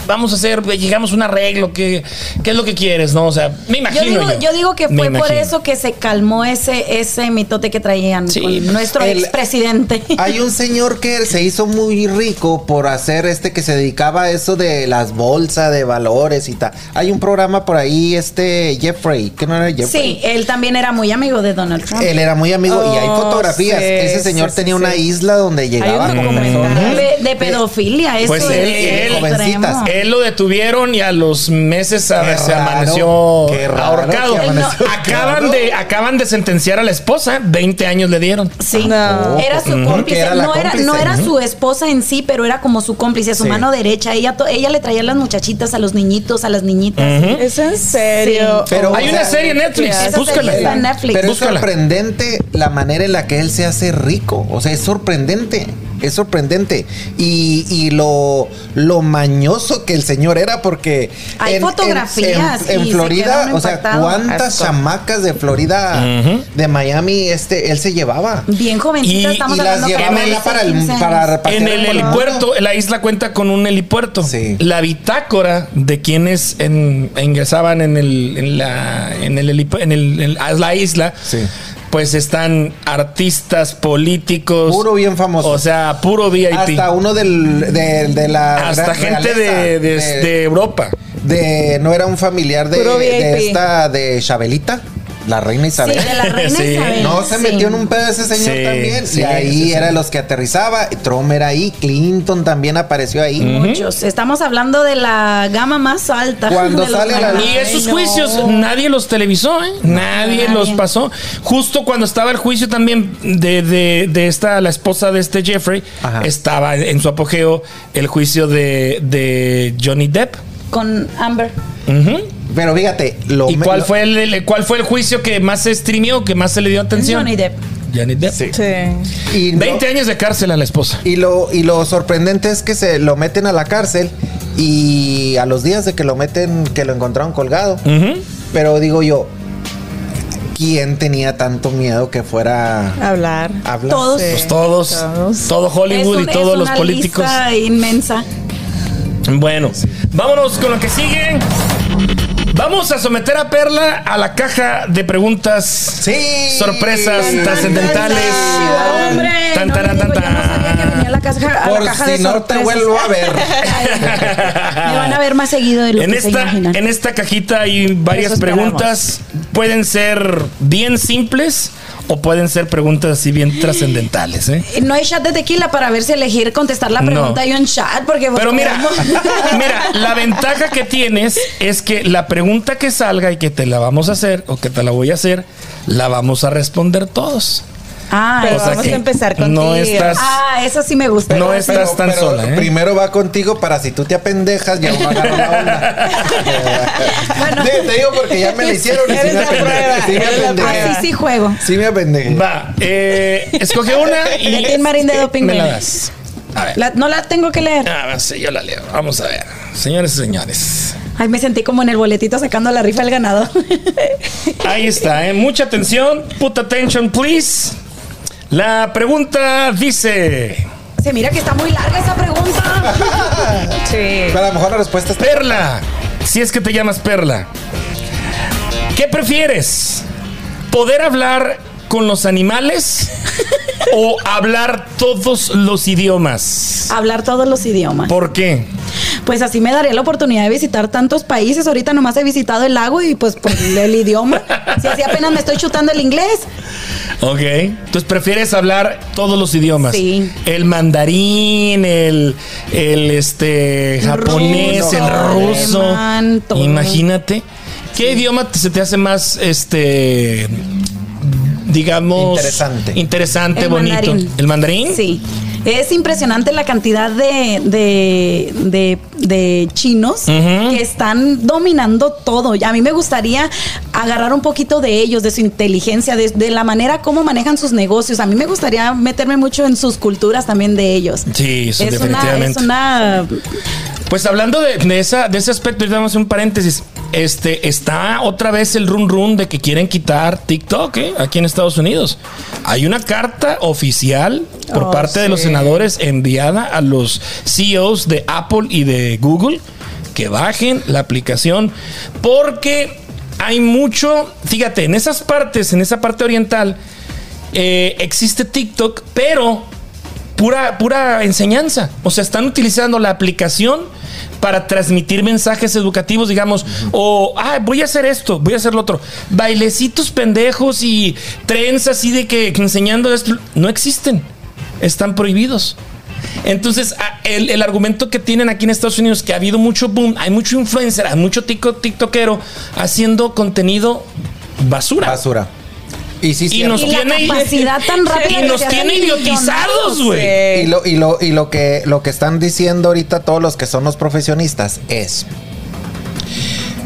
C: Vamos a hacer, llegamos a un arreglo. ¿Qué, qué es lo que quieres? No, o sea, me
F: Yo
C: imagino.
F: digo, yo digo que
C: Me
F: fue por
C: imagino.
F: eso que se calmó ese, ese mitote que traían
C: Sí,
F: con nuestro
E: pues, el-
F: expresidente.
E: Hay un señor que se hizo muy rico por hacer este que se dedicaba a eso de las bolsas de valores y tal. Hay un programa por ahí, este Jeffrey, que no era Jeffrey.
F: Sí, él también era muy amigo de Donald Trump.
E: Él era muy amigo y hay
D: Oh,
E: fotografías.
D: sí,
E: Ese
D: sí,
E: señor
D: sí,
E: tenía
D: sí.
E: una isla donde llegaba con
D: documental.
E: personas.
F: de, de pedofilia, eso
C: Pues él-
F: es
C: él-
F: extremo.
E: Jovencitas.
C: Él lo detuvieron y a los meses a-
E: Ah. Qué
C: se
E: raro,
C: amaneció
E: qué raro
C: ahorcado.
E: que amaneció
C: acaban,
E: ahorcado.
C: de, acaban de sentenciar a la esposa, 20 años le dieron.
F: Sí,
D: No.
F: era su
E: Porque
F: cómplice.
E: era la
F: no, era, no
E: cómplice,
F: era
E: ¿no?
F: su esposa en sí, pero era como su cómplice, su
E: Sí.
F: mano derecha. Ella, to- ella le traía las muchachitas, a los niñitos, a las niñitas.
D: ¿Es en serio?
E: Pero-
D: Oh,
C: Hay una
E: sea,
C: serie en Netflix,
D: esa
F: serie
C: búscala.
F: está en Netflix.
E: Pero
C: Búscala.
E: es sorprendente la manera en la que él se hace rico. O sea, es sorprendente. Es sorprendente. Y, y lo, lo mañoso que el señor era, porque.
F: Hay fotografías
E: En,
F: y se
E: Florida,
F: quedaron
E: o sea,
F: impactados.
E: ¿cuántas
D: Asco.
E: chamacas de Florida, de Miami, este, él se llevaba?
F: Bien jovencita,
C: Y-
F: estamos
E: y las
F: hablando que
E: llevaba
F: tenía
E: ya para el.
F: 15 años.
E: Para, para
C: En
E: hacer
C: el
E: mundo.
C: helipuerto, la isla cuenta con un helipuerto.
E: Sí.
C: La bitácora de quienes en- ingresaban en el en la en el, helipu- en el- en la- la isla,
E: Sí.
C: pues están artistas, políticos,
E: Puro bien famoso.
C: o sea, puro VIP,
E: Hasta
C: hasta,
E: uno del, del- de la. re-
C: gente
E: realeza,
C: de, de- de Europa.
E: de no era un familiar de,
D: Puro VIP.
E: de esta de Chabelita, la reina Isabel.
F: Sí, de la reina
C: Sí.
F: Isabel.
E: No, se
F: sí.
E: metió en un pedo ese señor
C: Sí,
E: también.
C: sí,
E: y ahí
C: sí, sí.
E: era los que aterrizaba. Trump era ahí. Clinton también apareció ahí.
F: Muchos. Estamos hablando de la gama más alta.
E: Cuando
F: de los
E: sale a la
F: magnates.
C: Y esos
D: no.
C: juicios nadie los televisó, ¿eh? Nadie,
F: Nadie.
C: los pasó. Justo cuando estaba el juicio también de, de- de esta, la esposa de este Jeffrey,
E: Ajá.
C: estaba en su apogeo el juicio de, de Johnny Depp.
F: Con Amber.
C: Ujú.
E: Pero fíjate, lo
C: ¿Y
E: me-
C: cuál
E: lo-
C: fue el, el- cuál fue el juicio que más se streameó, que más se le dio atención?
F: Johnny Depp.
C: Johnny Depp.
E: Sí.
D: Sí.
E: y lo-
C: 20 años de cárcel a la esposa.
E: Y lo, y lo sorprendente es que se lo meten a la cárcel y a los días de que lo meten, que lo encontraron colgado.
C: Ujú.
E: Pero digo yo, ¿quién tenía tanto miedo que fuera
D: Hablar.
E: a hablar?
F: Todos.
D: Sí.
C: Pues todos,
D: Todos.
C: todo Hollywood
F: Es un-
C: y todos
F: es
C: los
F: una
C: políticos.
F: lista inmensa.
C: Bueno, vámonos con lo que sigue. Vamos a someter a Perla a la caja de preguntas
E: Sí.
C: sorpresas
E: Tan, tan,
C: trascendentales.
E: tan,
F: Hombre,
C: Tan,
F: no,
C: taran, tan,
F: digo, yo no sabía que venía a la caja, a la
E: Por
F: caja de
E: si no te
F: sorpresas.
E: vuelvo a ver.
F: Me van a ver más seguido de lo
C: En
F: que se
C: esta,
F: imaginan.
C: en esta cajita hay varias
D: Eso esperamos.
C: preguntas. Pueden ser bien simples o pueden ser preguntas así bien trascendentales. ¿eh?
F: No hay chat de tequila para ver si elegir contestar la
C: No.
F: pregunta y un chat, porque
C: Pero mira,
F: ¿cómo?
C: mira, la ventaja que tienes es que la pregunta que salga y que te la vamos a hacer o que te la voy a hacer, la vamos a responder todos.
F: Ah,
D: Pero
C: O sea
D: vamos
C: que
D: a empezar
C: No
D: contigo.
C: estás.
F: ah, eso sí me gusta.
C: No es- estás tan sola, ¿eh?
E: Primero va contigo para si tú te apendejas, ya uno agarra la onda.
F: Bueno.
E: te, te digo porque ya me lo hicieron y sí
D: Eres
E: me
D: la prueba,
E: apendejé. Sí me
D: eres la
E: apendejé.
F: Así Ah, sí juego.
E: Sí me apendejé.
C: Va, eh, escoge una y. este,
F: Ya tiene Marín de doping,
C: Me la
F: güey.
C: das. A ver.
F: La- no la tengo que leer.
C: Ah, sí, yo la leo. Vamos a ver. Señores y señores.
F: Ay, me sentí como en el boletito sacando la rifa del ganador.
C: Ahí está, ¿eh? Mucha atención. Put attention, please. La pregunta dice:
F: Se mira que está muy larga esa pregunta.
D: Sí.
E: Pero a lo mejor la respuesta está.
C: Perla, si es que te llamas Perla, ¿qué prefieres? ¿Poder hablar con los animales o hablar todos los idiomas?
F: Hablar todos los idiomas.
C: ¿Por qué?
F: Pues así me daré la oportunidad de visitar tantos países. Ahorita nomás he visitado el lago y pues por el, el idioma. Si así apenas me estoy chutando el inglés.
C: Ok. Entonces prefieres hablar todos los idiomas.
F: Sí.
C: El mandarín, el, el este japonés,
F: Ruso,
C: el ruso.
F: alemán, todo.
C: Imagínate. ¿Qué idioma te- se te hace más este digamos
E: Interesante.
C: interesante,
F: El
C: bonito?
F: mandarín.
C: ¿El mandarín?
F: Sí. Es impresionante la cantidad de, de, de- de chinos
C: Ujú.
F: que están dominando todo. Y A mí me gustaría agarrar un poquito de ellos, de su inteligencia, de, de la manera como manejan sus negocios. A mí me gustaría meterme mucho en sus culturas también de ellos.
C: Sí, eso
F: es una,
C: definitivamente.
F: es una
C: Pues hablando de, de esa, de ese aspecto, ahorita damos un paréntesis. Este está otra vez el run run de que quieren quitar TikTok ¿eh? aquí en Estados Unidos. Hay una carta oficial por
D: Oh,
C: parte de los
D: sí.
C: senadores enviada a los CEOs de Apple y de Google que bajen la aplicación porque hay mucho, fíjate, en esas partes, en esa parte oriental, eh, existe TikTok, pero pura, pura enseñanza. O sea, están utilizando la aplicación para transmitir mensajes educativos, digamos, o, ah, voy a hacer esto, voy a hacer lo otro. Bailecitos pendejos y trenzas así de que, que enseñando esto, no existen. Están prohibidos. Entonces, a- el, el argumento que tienen aquí en Estados Unidos, que ha habido mucho boom, hay mucho influencer, hay mucho tico- tiktokero haciendo contenido basura.
E: Basura. Y sí,
C: Y
E: cierto.
C: nos
F: Y la
C: tiene
F: capacidad tan rápida
C: y
F: de
C: nos
F: hacer eh,
C: tiene idiotizados,
F: millonarios,
C: güey.
E: Y lo, y lo, y lo que lo que están diciendo ahorita todos los que son los profesionistas es.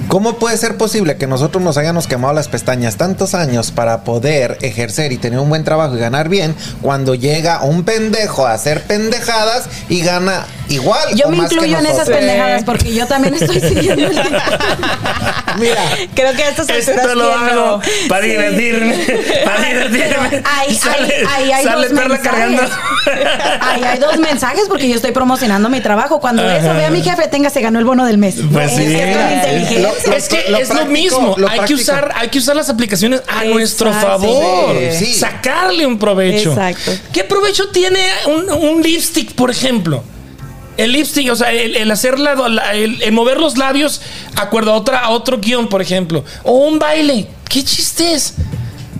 E: ¿Cómo puede ser posible que nosotros nos hayamos quemado las pestañas tantos años para poder ejercer y tener un buen trabajo y ganar bien cuando llega un pendejo a hacer pendejadas y gana igual?
F: yo
E: o
F: me
E: más que
F: incluyo en esas
E: nosotros?
D: Sí.
F: pendejadas porque yo también estoy siguiendo el
E: Mira,
D: Creo que a estas alturas
C: Esto Este lo
D: ¿quién no?
C: hago para divertirme. Para divertirme.
F: Pero ahí-
C: Y sale,
F: ahí- ahí hay
C: sale
F: dos
C: Perla
F: mensajes.
C: cargando.
F: Ahí hay dos mensajes porque yo estoy promocionando mi trabajo. Cuando eso vea mi jefe, tenga, se ganó el bono del mes.
C: Pues
F: No,
C: sí.
F: es que con inteligencia.
E: Lo-
C: es que
E: lo
C: es lo
E: práctico,
C: mismo.
E: lo
C: hay, que
E: práctico.
C: usar, hay que usar las aplicaciones a nuestro
F: Exacto.
C: favor.
E: Sí, sí.
C: Sacarle un provecho.
F: Exacto.
C: ¿Qué provecho tiene un, un lipstick, por ejemplo? El lipstick, o sea, el, el hacer la, la- el, el mover los labios acuerdo a otra a otro guión, por ejemplo, o un baile. ¿Qué chiste es?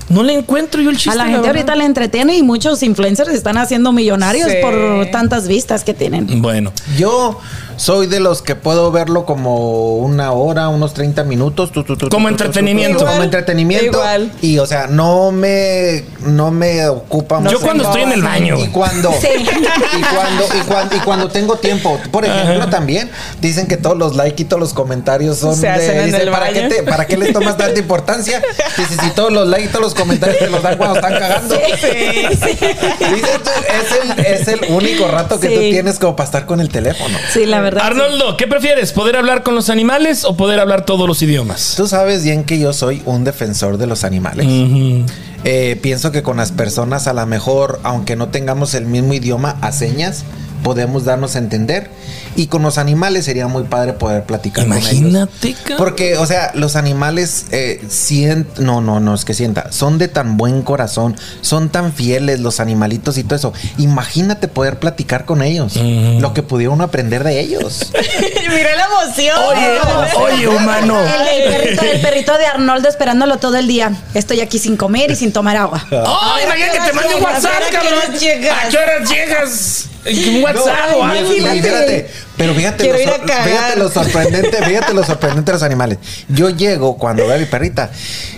C: No le encuentro yo el chiste.
F: A la
C: la
F: gente
C: verdad.
F: ahorita le entretiene y muchos influencers están haciendo millonarios
D: Sí.
F: por tantas vistas que tienen.
C: Bueno,
E: yo soy de los que puedo verlo como una hora, unos 30 minutos. tu, tu, tu, tu,
C: Como
E: tu, tu, tu,
C: entretenimiento.
E: como
D: Igual,
E: entretenimiento.
D: igual.
E: Y o sea, no me, no me ocupa
C: yo cuando estoy en el baño.
E: Y cuando,
F: Sí.
E: y cuando, y cuando, y cuando tengo tiempo. Por ejemplo, también dicen que todos los likes y todos los comentarios son
D: Se
E: de.
D: hacen en
E: dice,
D: el
E: ¿para, qué
D: baño".
E: te- ¿Para qué les tomas tanta importancia? Dice, si todos los likes y todos los comentarios te los dan cuando están cagando. Dices tú, es el, es el único rato que
F: Sí.
E: tú tienes como para estar con el teléfono.
F: Sí, la verdad. sí.
C: Arnoldo, ¿qué prefieres? ¿Poder hablar con los animales o poder hablar todos los idiomas?
E: Tú sabes bien que yo soy un defensor de los animales.
C: Ujú.
E: Eh, pienso que con las personas a lo mejor, aunque no tengamos el mismo idioma a señas, podemos darnos a entender. Y con los animales sería muy padre poder platicar. con ellos.
C: Imagínate, cabrón.
E: Porque, o sea, los animales eh, sienten, no, no, no, es que sienta, son de tan buen corazón, son tan fieles los animalitos y todo eso. Imagínate poder platicar con ellos, lo que pudieron aprender de ellos.
D: Mira la emoción.
C: Oye, oye, humano.
F: El, el perrito, el perrito de Arnoldo esperándolo todo el día. Estoy aquí sin comer y sin tomar agua.
C: Oh, imagínate que te mande un
D: llegas?
C: WhatsApp,
D: ¿A qué
C: cabrón.
D: horas llegas?
C: ¿A qué horas llegas? Un WhatsApp o algo.
E: Y fíjate, pero fíjate lo,
D: Quiero ir a
E: sor-
D: cagar.
E: fíjate lo sorprendente, fíjate lo sorprendente de los animales. Yo llego cuando veo a mi perrita.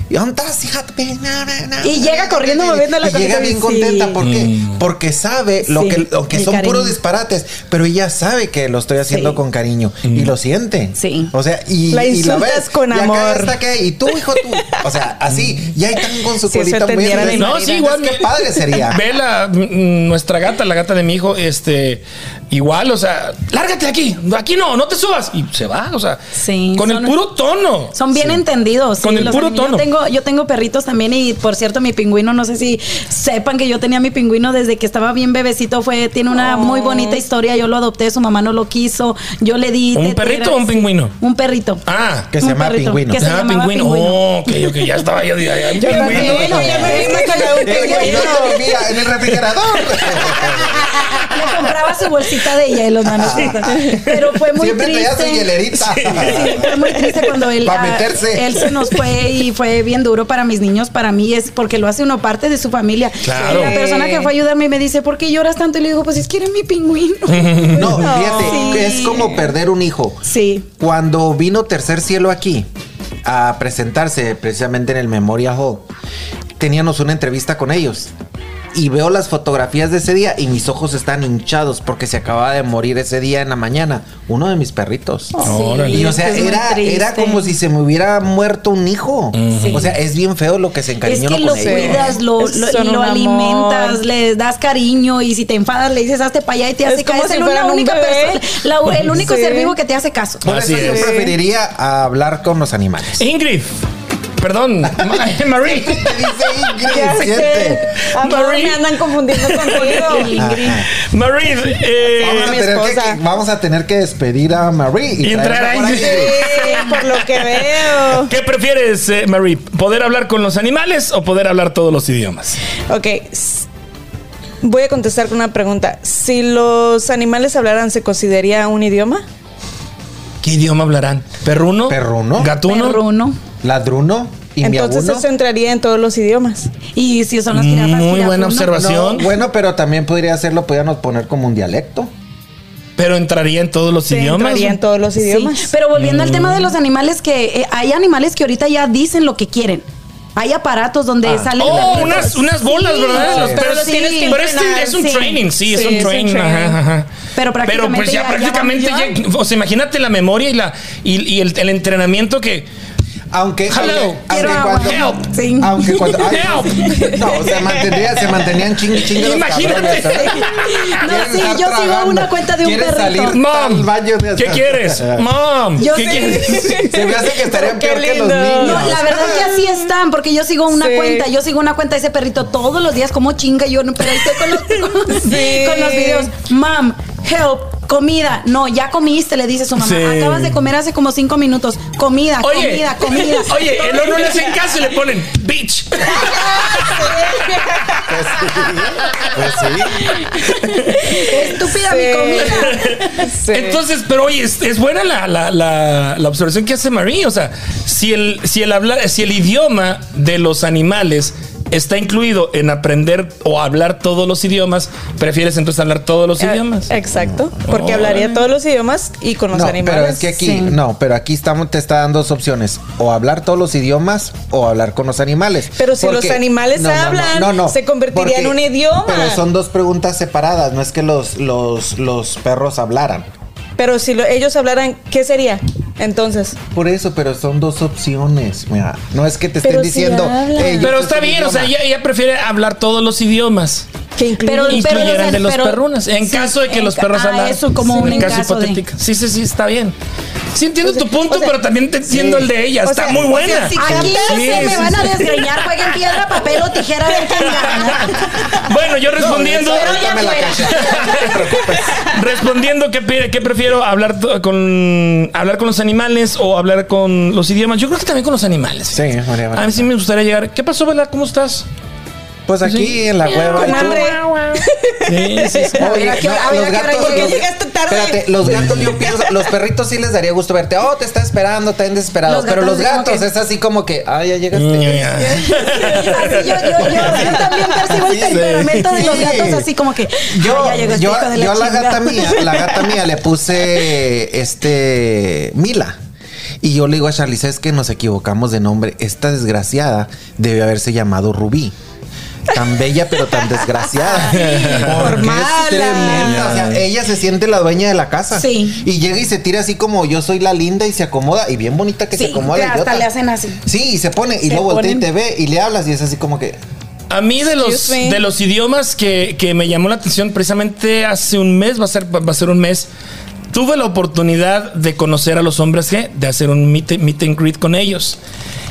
E: ¿Y dónde estás, hija? Na, na, na.
F: Y llega corriendo, moviendo la
E: Y llega
F: cabeza,
E: bien
F: sí.
E: contenta. ¿Por qué? Porque sabe lo
F: Sí,
E: que, aunque
F: el
E: son puros
F: cariño.
E: disparates, pero ella sabe que lo estoy haciendo
F: Sí.
E: con cariño y
C: Mm.
E: lo siente.
F: Sí.
E: O sea, y
D: La
E: y
D: insultas
E: ves.
D: con
E: y acá
D: amor.
E: está que, y tú, hijo, tú. O sea, así. Y ahí están con su
D: Si eso
E: colita muy
D: entendiera mi
E: enredada.
C: No, sí, igual.
E: Qué padre sería.
C: Vela, mm, nuestra gata, la gata de mi hijo, este, igual, o sea, lárgate de aquí, aquí no, no te subas. Y se va, o sea,
F: Sí,
C: con el
F: son-
C: puro tono.
F: Son bien entendidos. sí,
C: Con el
F: los
C: puro
F: animales.
C: tono.
F: Yo tengo, yo tengo perritos también y por cierto mi pingüino, no sé si sepan que yo tenía mi pingüino desde que estaba bien bebecito, fue, tiene una muy bonita historia, yo lo adopté, su mamá no lo quiso, yo le di...
C: ¿Un
F: teteras,
C: perrito o un
F: sí,
C: pingüino?
F: Un perrito.
C: Ah,
E: Que se
F: Un
E: llama
F: perrito
E: pingüino.
F: que
C: se
F: se
C: llama
F: llamaba
C: pingüino.
F: pingüino.
C: Oh, ok, ok, ya estaba yo. ya, ya, pingüino.
D: Bueno, ya me viste con la
E: Eh, güey, no
D: pingüino.
E: dormía en el refrigerador.
F: Le compraba su bolsita de hielo, mano. Pero fue muy
E: Siempre traía su
F: triste.
E: hielerita.
F: Sí, fue muy triste cuando él,
E: Pa'
F: ah,
E: meterse.
F: él se nos fue y fue bien duro para mis niños, para mí, es porque lo hace uno parte de su familia.
C: Claro.
F: Y La persona que fue a ayudarme me dice, ¿por qué lloras tanto? Y le digo, pues es que eres mi pingüino.
E: No, fíjate,
F: Sí.
E: es como perder un hijo.
F: Sí.
E: Cuando vino Tercer Cielo aquí a presentarse precisamente en el Memorial Hall, teníamos una entrevista con ellos. Y veo las fotografías de ese día y mis ojos están hinchados porque se acababa de morir ese día en la mañana uno de mis perritos.
C: Órale.
E: Y o sea,
F: es que es muy
E: era,
F: triste.
E: era como si se me hubiera muerto un hijo.
F: Sí.
E: O sea, es bien feo lo que se
F: Es
E: encariñó
F: que
E: uno
F: lo
E: con ellos.
F: cuidas, lo,
D: Es-
F: lo-
D: son
F: y lo
D: un
F: alimentas,
D: amor.
F: le das cariño y si te enfadas le dices hazte para allá y te
D: Es
F: hace
D: como
F: caso.
D: si
F: es la
D: fueran un
F: única
D: bebé.
F: persona, la- el único
D: Sí.
F: ser vivo que te hace caso.
E: Por
C: Así
E: eso yo
C: es.
E: preferiría a hablar con los animales.
C: Ingrid. Perdón, Ma- Marie.
E: Te dice Ingrid,
D: Ya sé.
E: siente.
D: Amor,
C: Marie.
D: me andan confundiendo contigo.
E: Ajá.
C: Marie, eh,
E: Vamos a,
D: mi
E: tener que,
D: esposa.
E: que- vamos a tener que despedir a Marie
C: Y entrar
E: traerla
C: a
E: por
C: Ingrid.
E: aquí.
D: Sí, por lo que veo.
C: ¿qué prefieres, eh, Marie? ¿Poder hablar con los animales o poder hablar todos los idiomas?
D: Ok. s- Voy a contestar con una pregunta. Si los animales hablaran, ¿se consideraría un idioma?
C: ¿Qué idioma hablarán? ¿Perruno?
E: Perruno.
C: ¿Gatuno?
F: Perruno.
E: Ladruno y
D: Entonces
E: miaguno.
D: eso entraría en todos los idiomas.
F: Y si son las jirafas,
C: Muy buena
F: jirafuno.
E: No,
C: observación.
E: bueno, pero también podría hacerlo, podríamos poner como un dialecto.
C: Pero entraría en todos los
D: Se
C: idiomas.
D: entraría en todos los
F: Sí,
D: idiomas.
F: Pero volviendo
C: Mm.
F: al tema de los animales, que eh, hay animales que ahorita ya dicen lo que quieren. Hay aparatos donde salen.
C: Oh, unas,
F: las-
C: unas bolas,
F: Sí,
C: ¿verdad?
F: sí.
C: Los
F: Pero
C: perros.
F: los tienes que
C: Pero este
F: entrenar,
C: es un
F: sí.
C: training, sí, es
D: Sí,
C: un
D: es un
C: training. ajá,
D: training.
C: ajá.
F: Pero prácticamente
C: pues ya,
F: ya- ya
C: prácticamente
F: van
C: ya, o sea, imagínate la memoria y la y, y el, el entrenamiento que
E: Aunque,
C: Hello,
E: aunque,
F: quiero agua.
E: aunque cuando,
C: Help.
F: Sí.
E: aunque cuando, ay, no,
C: Help.
E: sí. no, se mantendría, se mantenían ching ching los
C: Imagínate.
E: cabrones, ¿eh?
F: No,
E: Quieren
F: sí,
E: estar
F: yo sigo
E: tragando.
F: una cuenta de un
E: Quieren
F: perrito.
E: salir
C: mom,
E: al baño de-
C: ¿qué quieres? Mom,
F: Yo
C: ¿qué
F: sé.
C: quieres?
E: Se me hace que estarían
D: Pero
E: peor
D: qué
E: que los
D: lindo.
E: niños.
F: No, la verdad que así están, porque yo sigo una
D: Sí.
F: cuenta, yo sigo una cuenta de ese perrito todos los días, como chinga yo, no, pero ahí estoy con los, con, los-
D: Sí.
F: con los videos. Mam, help, comida. No, ya comiste, le dice su mamá.
C: Sí.
F: Acabas de comer hace como cinco minutos. Comida,
C: Oye,
F: comida, comida.
C: Oye, no, no le hacen caso y le ponen bitch.
E: Pues sí, pues sí.
F: Estúpida mi
D: Sí.
F: comida.
D: Sí.
C: Entonces, pero oye, es, es buena la, la- la- la observación que hace Marie. O sea, si el, si, el hablar, si el idioma de los animales está incluido en aprender o hablar todos los idiomas, prefieres entonces hablar todos los
D: Eh,
C: idiomas.
D: Exacto,
C: Órale.
D: porque hablaría todos los idiomas y con los
E: No,
D: animales.
E: pero es que aquí,
F: sí.
E: no, pero aquí estamos, te está dando dos opciones: o hablar todos los idiomas o hablar con los animales.
D: Pero si los animales hablan, se convertiría en un idioma.
E: Pero son dos preguntas separadas, no es que los, los, los perros hablaran.
D: Pero si lo- ellos hablaran, ¿qué sería? Entonces,
E: Por eso, pero son dos opciones. Mira, no es que te estén
D: Pero si
E: diciendo.
D: hablan.
E: "Ey, yo
C: Pero
E: soy
C: está
E: un
C: bien, o sea,
E: idioma".
C: ella, ella prefiere hablar todos los idiomas.
D: ¿qué incluye?
F: Pero-
C: Incluyeran
F: los-
C: de los
F: pero-
C: perrunas. En
F: sí,
C: caso de que
F: en
C: los
F: ca-
C: perros
F: ah,
C: hablaran.
F: eso como
C: Sí,
F: un
C: en
F: en
C: caso
F: caso de-
C: hipotético. Sí, sí, sí, está bien. Sí, entiendo tu punto,
D: o sea,
C: pero también te entiendo el de ella.
D: o
C: está
D: sea,
C: muy
D: o sea,
C: buena.
D: si
F: Aquí
C: Sí,
F: se
C: sí,
F: me van a
C: sí.
F: desgreñar, jueguen piedra, papel o tijera, a ver quién gana.
C: Bueno, yo respondiendo.
E: eso ahorita me la caché. No te preocupes.
C: Respondiendo que, pre- que prefiero hablar to- con hablar con los animales o hablar con los idiomas. Yo creo que también con los animales.
E: Sí, María María.
C: A mí sí me gustaría llegar. ¿Qué pasó, Vela? ¿Cómo estás?
E: Pues aquí
C: Sí.
E: en la cueva.
D: con
E: y tú-
D: hambre.
C: Sí, sí, sí.
E: Oye,
F: a qué
E: no,
F: hora- a ver,
E: los
F: a qué hora
E: gatos- los-
F: llegué.
D: ¿Por qué llegaste tarde?
E: Espérate, los gatos, yo pienso, los perritos sí les daría gusto verte. Oh, te está esperando, te han desesperado.
F: Los
E: pero
F: gatos
E: los
F: así como
E: gatos
F: que-
E: es así como que, ah, ya
C: Mm,
E: llegaste.
C: Sí.
F: Así yo, yo, yo, yo también percibo el
E: Sí, sí.
F: temperamento de los
E: Sí.
F: gatos así como que
E: Yo,
F: "Ay, ya llegó este
E: yo,
F: hijo de
E: yo a la
F: chingada".
E: gata mía, la gata mía le puse este Mila. Y yo le digo a Charlize, es que nos equivocamos de nombre. Esta desgraciada debe haberse llamado Rubí. Tan bella, pero tan desgraciada. Porque
D: por
E: es
D: mala.
E: tremenda. O sea, ella se siente la dueña de la casa.
F: Sí.
E: Y llega y se tira así como yo soy la linda y se acomoda. Y bien bonita que
F: Sí,
E: se acomoda.
F: que
E: la
F: hasta
E: idiota.
F: le hacen así.
E: Sí, y se pone. Y
F: Se
E: luego voltea y
F: ponen-
E: te ve y le hablas. Y es así como que.
C: A mí de los,
D: Excuse me.
C: de los idiomas que, que me llamó la atención precisamente hace un mes, va a ser, va a ser un mes, tuve la oportunidad de conocer a los hombres G, de hacer un meet, meet and greet con ellos.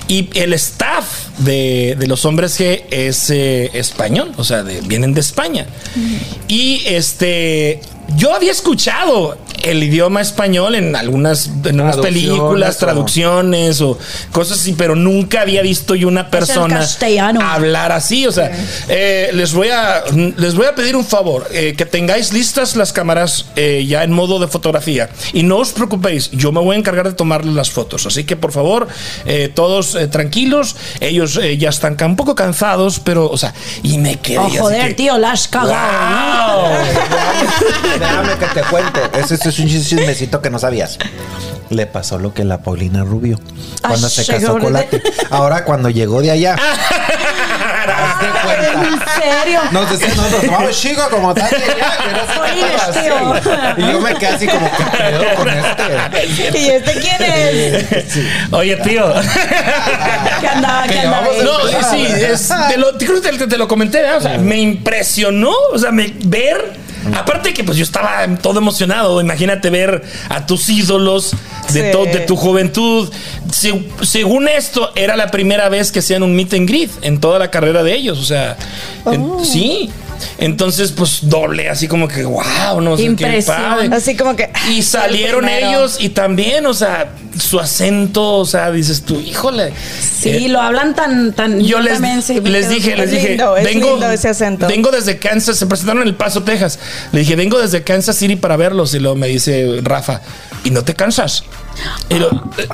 C: Y el staff de, de los hombres G es eh, español, o sea, de- vienen de España. Y este, yo había escuchado el idioma español en algunas, en unas
E: Traducciones
C: películas,
E: o-
C: traducciones o cosas así, pero nunca había visto yo una persona
F: castellano.
C: hablar así. O sea, eh, les, voy a, les voy a pedir un favor, eh, que tengáis listas las cámaras eh, ya en modo de fotografía. Y no os preocupéis, yo me voy a encargar de tomarles las fotos. Así que por favor, eh, todos eh, tranquilos, ellos eh, ya están ca- un poco cansados, pero, o sea, y me quedé.
F: Oh,
C: así
F: joder,
C: que,
F: tío, la has cagado. ¿no? Ah,
C: ¡Guau!
E: Déjame que te cuente. Ese ese es un chismecito que no sabías. Le pasó lo que la Paulina Rubio cuando
F: Ay,
E: se casó
F: seguro.
E: con la- Ahora cuando llegó de allá. Hazte
F: ¿En
E: cuenta.
F: serio?
E: Nos decían nosotros, vamos chico, como tal, y ya, que no se
F: Oye, este
E: trataba así.
F: tío.
E: Y yo me quedé así como que pedo con este.
D: ¿Y este quién es?
C: Oye, tío.
F: ¿Qué
C: Ah,
F: andaba? ¿Qué
E: Que
F: andaba?
E: vamos a-
C: No, sí, es, te lo, creo que te, te lo comenté, ¿verdad? o sea, me impresionó, o sea, me, ver, aparte que pues yo estaba todo emocionado, imagínate ver a tus ídolos de,
D: Sí.
C: to- de tu juventud. Se- según esto, era la primera vez que hacían un meet and greet en toda la carrera de ellos, o sea, en-
D: Oh.
C: sí. Entonces, pues doble, así como que, wow, no sé qué
F: Impresión.
C: padre.
D: Así como que.
C: Y salieron
D: primero.
C: ellos y también, o sea, su acento, o sea, dices tú, híjole.
F: Sí,
C: Eh,
F: lo hablan tan, tan.
C: yo les,
F: también sí, me
C: les
F: quedo
C: dije,
F: con-
C: les
D: Es
C: dije,
D: lindo, es
C: vengo,
D: lindo ese acento.
C: vengo desde Kansas, se presentaron en El Paso, Texas. Le dije, vengo desde Kansas City para verlos. Y luego me dice Rafa, ¿y no te cansas? Y lo, eh,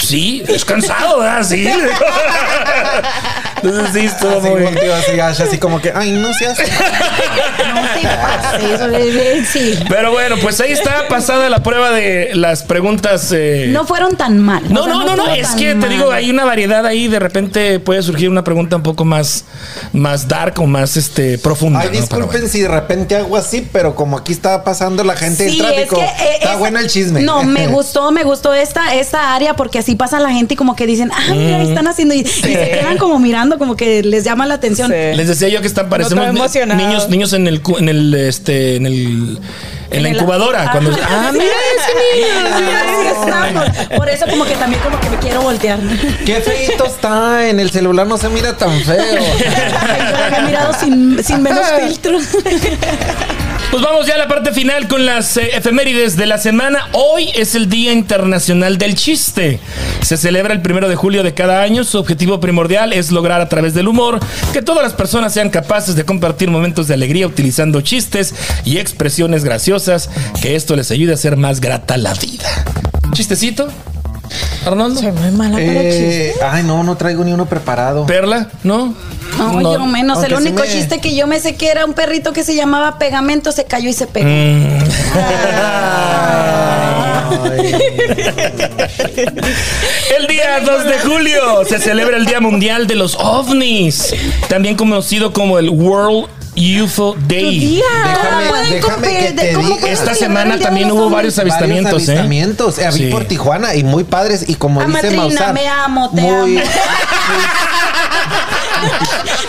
C: sí, es cansado, ¿verdad? Sí. Entonces sí, estuvo
E: Así
C: muy
E: volteó así, Ash, así como que, ay, no seas.
F: No te pases, oye, sí.
C: Pero bueno, pues ahí está pasada la prueba de las preguntas. eh,
F: No fueron tan mal.
C: No,
F: O sea,
C: no, no, no,
F: estuvo
C: es
F: tan
C: que te
F: mal.
C: digo, hay una variedad ahí, de repente puede surgir una pregunta un poco más, más dark o más este profunda.
E: Ay,
C: ¿no? Pero
E: disculpen
C: bueno.
E: si de repente hago así, pero como aquí está pasando la gente
F: Sí,
E: en tráfico,
F: es que, eh,
E: está
F: esa-
E: bueno el chisme.
F: No, me gustó, me gustó esta, esta área porque así pasa la gente y como que dicen, ah, mira,
C: Mm.
F: ahí están haciendo. Y, y se quedan como mirando, como que les llama la atención.
D: Sí.
C: Les decía yo que están parecemos
D: No,
C: ni-
D: todo emocionado.
C: niños, niños en el cu- en el este en el en, la
F: el-
C: incubadora
F: Ajá.
C: cuando ah, mira,
F: Sí, así estamos. Por eso como que también como que me quiero voltear.
E: Qué feito está, en el celular no se mira tan feo.
F: Yo la he mirado sin, sin menos filtro.
C: Pues vamos ya a la parte final con las eh, efemérides de la semana. Hoy es el Día Internacional del Chiste. Se celebra el primero de julio de cada año. Su objetivo primordial es lograr a través del humor que todas las personas sean capaces de compartir momentos de alegría utilizando chistes y expresiones graciosas. Que esto les ayude a hacer más grata la vida. ¿Chistecito? ¿Arnoldo?
D: Soy muy
F: Ah,
D: mala para chistes.
E: Eh, ay, no, no traigo ni uno preparado.
C: ¿Perla? ¿No?
F: No, yo menos. El
E: Aunque sí
F: único
E: me-
F: chiste que yo me sé que era un perrito que se llamaba Pegamento, se cayó y se pegó.
C: Mm. El día 2 de julio se celebra el Día Mundial de los OVNIs, también conocido como el World UFO Day.
F: "Ah,
E: Déjame- déjame que te diga.
C: Esta semana también hubo varios avistamientos,
E: Varios avistamientos. Eh, vi
C: Sí.
E: por Tijuana y muy padres. Y como dice
F: Amatrina,
E: Maussan.
F: Ah, me amo, te
E: muy,
F: amo.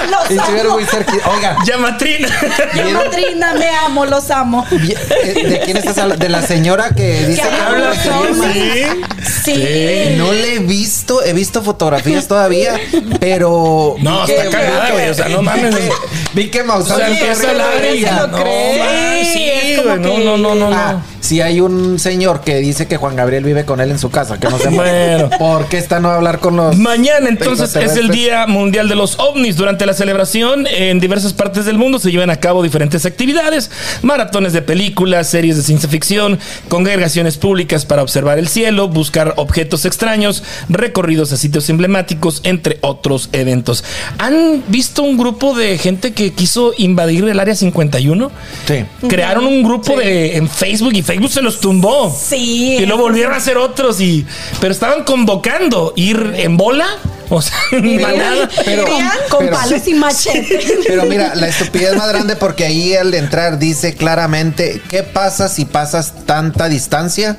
F: Los
E: estuvieron
F: amo.
E: muy cerquita. Oiga,
C: Llamatrina.
E: ¿vieron?
F: Amatrina, me amo, los amo.
E: vi- eh, ¿de quién estás hablando? De la señora que dice que
F: habla
E: habla
F: solo.
E: señor Maussan.
F: Sí.
E: Eh, No le he visto, he visto fotografías todavía, pero.
C: No,
E: vi que-
C: está cagada,
E: vi que-
C: güey, o sea, no mames.
E: vi que- Vi que
C: O sea,
E: Maussan
C: empieza a hablar y-
D: se lo
C: No,
D: cree.
C: man, sí,
F: Es como
C: güey, no,
F: que-
C: no, no, no, no.
E: Ah, si hay un señor que dice que Juan Gabriel vive con él en su casa, que no se
C: Bueno.
E: muere. ¿Por qué está no a hablar con los.
C: Mañana entonces es el
E: extraterrestres?
C: Día Mundial de los OVNIs. Durante la celebración en diversas partes del mundo se llevan a cabo diferentes actividades, maratones de películas, series de ciencia ficción, congregaciones públicas para observar el cielo, buscar objetos extraños, recorridos a sitios emblemáticos, entre otros eventos. ¿Han visto un grupo de gente que quiso invadir el Área 51?
E: Sí.
C: Crearon un grupo de en Facebook y Facebook se los tumbó.
F: Sí.
C: Y lo volvieron a hacer otros y pero estaban convocando ir en bola, o sea, en manada.
E: pero-
F: con, con
E: pero-
F: palos y machete.
E: Pero mira, la estupidez más grande porque ahí al entrar dice claramente qué pasa si pasas tanta distancia,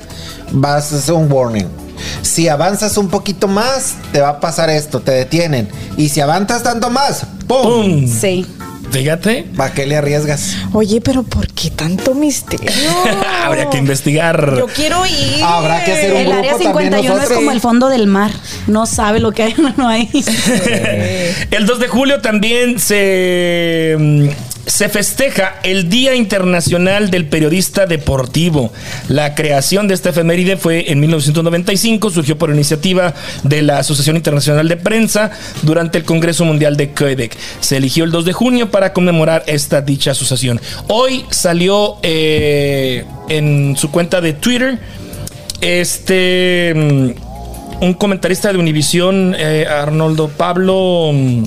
E: vas a hacer un warning. Si avanzas un poquito más, te va a pasar esto, te detienen. Y si avanzas tanto más, ¡pum!
C: ¡Pum!
F: Sí.
C: Fíjate.
E: ¿Para qué le arriesgas?
D: Oye, pero ¿por qué tanto misterio?
C: Habría que investigar.
D: Yo quiero ir.
E: Habrá que hacer un
F: El
E: grupo
F: área
E: también
F: 51 es
E: nosotros.
F: como el fondo del mar. No sabe lo que hay o no hay.
C: El 2 de julio también se mm, se festeja el Día Internacional del Periodista Deportivo. La creación de esta efeméride fue en 1995, surgió por iniciativa de la Asociación Internacional de Prensa durante el Congreso Mundial de Quebec. Se eligió el 2 de junio para conmemorar esta dicha asociación. Hoy salió eh, en su cuenta de Twitter este mm, un comentarista de Univisión, eh, Arnoldo Pablo, mm,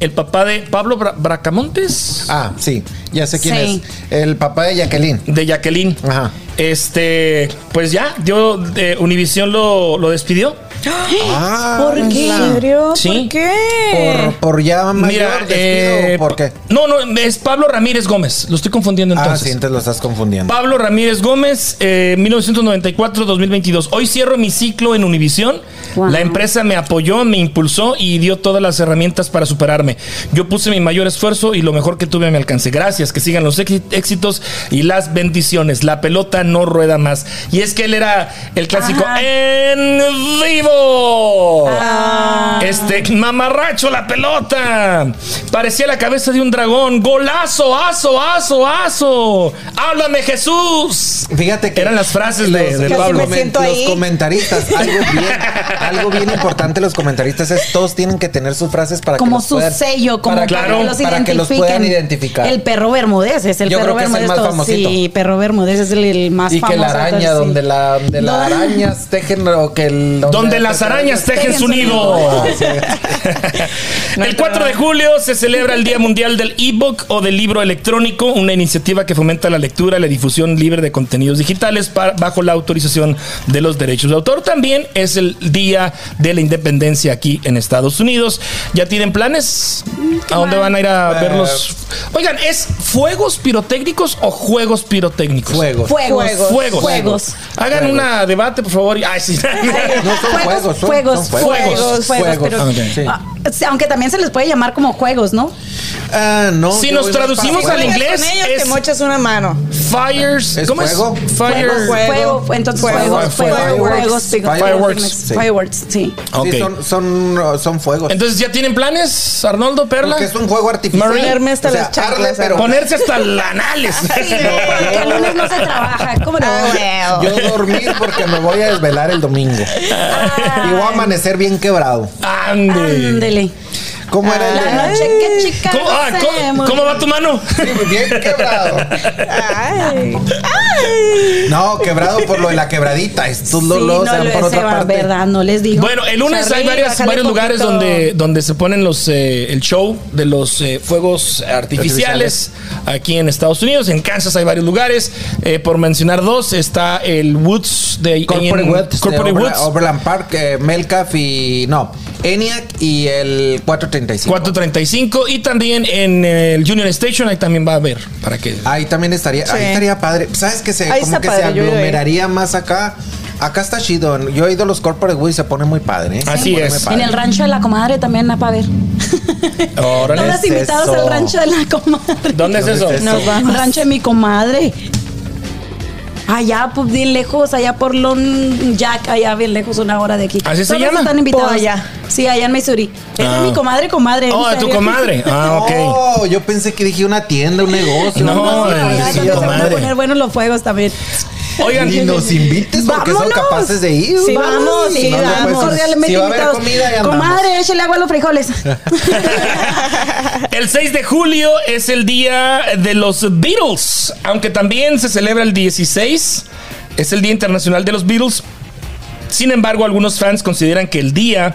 C: el papá de Pablo Bra- Bracamontes
E: Ah, sí, ya sé quién
F: Sí.
E: es. El papá de Jacqueline.
C: de Jacqueline.
E: Ajá.
C: Este, pues ya, dio eh, Univisión lo, lo despidió.
E: Ah,
F: ¿Por qué?
D: ¿En serio?
C: Sí.
D: ¿Por qué?
E: Por, por ya mayor
C: Mira,
E: despido,
C: eh,
E: ¿por qué?
C: No, no, es Pablo Ramírez Gómez. Lo estoy confundiendo
E: Ah,
C: entonces.
E: sí, entonces lo estás confundiendo.
C: Pablo Ramírez Gómez, eh, 1994-2022. Hoy cierro mi ciclo en Univisión.
F: Wow.
C: La empresa me apoyó, me impulsó y dio todas las herramientas para superarme. Yo puse mi mayor esfuerzo y lo mejor que tuve a mi alcance. Gracias, que sigan los éxi- éxitos y las bendiciones. La pelota no rueda más. Y es que él era el clásico
F: Ajá.
C: en vivo.
F: Ah,
C: Este, mamarracho la pelota. Parecía la cabeza de un dragón. Golazo, aso, aso, aso. Háblame Jesús.
E: Fíjate que
C: Eran las frases de-
E: los-
C: de
E: los
D: Pablo.
E: comen-
D: Me siento
E: los
D: ahí.
E: comentaristas, algo bien, algo bien importante los comentaristas es todos tienen que tener sus frases para que
F: como
E: los
F: su
E: puedan-
F: sello, como
E: para,
F: para,
C: claro,
F: que los
E: para que los
F: identifiquen.
E: puedan identificar.
F: El perro Bermúdez es el
E: Yo
F: perro
E: creo que es el
F: Bermúdez.
E: más
F: todo-
E: famosito.
F: Sí, perro Bermúdez es el, el más
E: y
F: famoso.
E: que la araña,
F: entonces, sí.
E: donde la, donde las
F: Donde-
E: arañas tejen o que el-
C: Donde las arañas tejen su nido. El 4 de julio se celebra el Día Mundial del E-Book o del Libro Electrónico, una iniciativa que fomenta la lectura y la difusión libre de contenidos digitales para- bajo la autorización de los derechos de autor. También es el Día de la Independencia aquí en Estados Unidos. ¿Ya tienen planes? ¿A dónde van a ir a
E: Eh,
C: verlos? Oigan, ¿es fuegos pirotécnicos o juegos pirotécnicos?
E: Fuego.
F: Fuegos.
D: Fuegos.
C: Fuegos.
F: Fuegos.
C: Hagan una debate, por favor. Ay, sí.
E: No son juegos, son-
F: fuegos,
E: son
F: fuegos,
C: fuegos.
F: fuegos,
E: Fuegos,
F: pero-
E: ok, sí.
F: Ah, sí, aunque también se les puede llamar como juegos, ¿no?
E: Ah, no.
C: Si
E: yo
C: nos
E: voy más
C: traducimos
E: para
C: al
E: fuego.
D: Juegas
C: inglés
D: Con ellos
C: es-
D: te mochas una mano.
C: Fires.
E: ¿Es
C: ¿Cómo
E: fuego?
C: es? Fire.
D: Fuego.
F: Fuego, entonces
D: Fuego,
F: fuegos,
E: fuego,
F: fuegos,
E: fireworks,
F: fuegos, fireworks,
E: fireworks, sí.
F: fireworks, sí.
C: Ok.
E: Sí, son, son, uh, son fuegos.
C: Entonces, ¿ya tienen planes, Arnoldo Perla?
E: Porque es un juego artificial.
C: Marie.
D: Ponerme hasta
E: O sea,
D: las chanclas,
E: arle,
D: o sea,
E: pero
C: Ponerse hasta la anales.
F: Porque el lunes no se trabaja,
C: Ah,
F: ¿cómo no? Ah,
E: yo dormir porque me voy a desvelar el domingo.
F: Ah.
E: Y voy a amanecer bien quebrado.
C: Ande.
F: Ándele.
E: ¿Cómo era el
F: La
E: de-
F: noche que chica
C: ¿Cómo, ah,
F: no
C: ¿cómo-
F: se murió.
C: cómo va tu mano?
E: Bien quebrado.
D: Ay.
E: No, quebrado por lo de la quebradita. Estos
F: Sí,
E: lo, lo-
F: no
E: se van
F: lo-
E: por
F: se
E: otra
F: va,
E: parte.
F: verdad, no les digo.
C: Bueno, el lunes
F: Charly,
C: hay varias,
F: bájale
C: varios lugares
F: poquito.
C: donde, donde se ponen los eh, el show de los eh, fuegos artificiales, aquí en Estados Unidos. En Kansas hay varios lugares. Eh, por mencionar dos, está el Woods de ahí
E: Corporate
C: en-
E: Woods,
C: Corporate
E: de Obra-
C: Woods,
E: Overland Park, eh, Melcaf y. No, ENIAC y el 435.
C: 435. Y también en el Union Station, ahí también va a haber. Para que
E: Ahí también estaría,
D: Sí.
E: ahí estaría padre. ¿Sabes que se,
D: Ahí
E: como
D: está
E: que se
D: padre, yo he ido ahí.
E: aglomeraría más acá? Acá está chido. Yo he ido a los corporate Woods y se pone muy padre. ¿eh? Se
C: Así
E: pone
C: es.
E: muy
F: En
E: padre.
F: el rancho de la comadre también, para ver.
E: Ah,
C: Órale.
F: Todos
E: es
F: los invitados
E: eso?
F: al rancho de la comadre.
C: ¿Dónde es eso?
D: Nos
F: El
D: vamos.
F: rancho de mi comadre. Allá, pues bien lejos, allá por Lon Jack, allá bien lejos, una hora de aquí.
C: ¿Así se
F: Todos
C: llama?
F: están invitados.
D: Por allá.
F: Sí, allá en Missouri. Es
C: Ah.
F: de mi comadre, comadre.
C: Oh,
F: en
C: de tu
F: serio.
C: comadre. Ah, ok.
E: Oh, yo pensé que dije una tienda, un negocio.
C: No,
E: una
C: es
F: Allá
E: barbería.
C: de
F: donde
C: tu
F: se van a
C: comadre.
F: poner buenos los fuegos también.
C: Oigan,
E: Ni nos invites porque son
F: Vámonos.
E: capaces de ir.
D: Sí, vamos, sí,
E: No, no,
D: vamos.
E: pues,
F: Cordialmente
E: si va a haber
F: invitados.
E: comida, ya andamos.
F: comadre, échale agua a los frijoles.
C: el 6 de julio es el día de los Beatles, aunque también se celebra el 16, es el Día Internacional de los Beatles. Sin embargo, algunos fans consideran que el día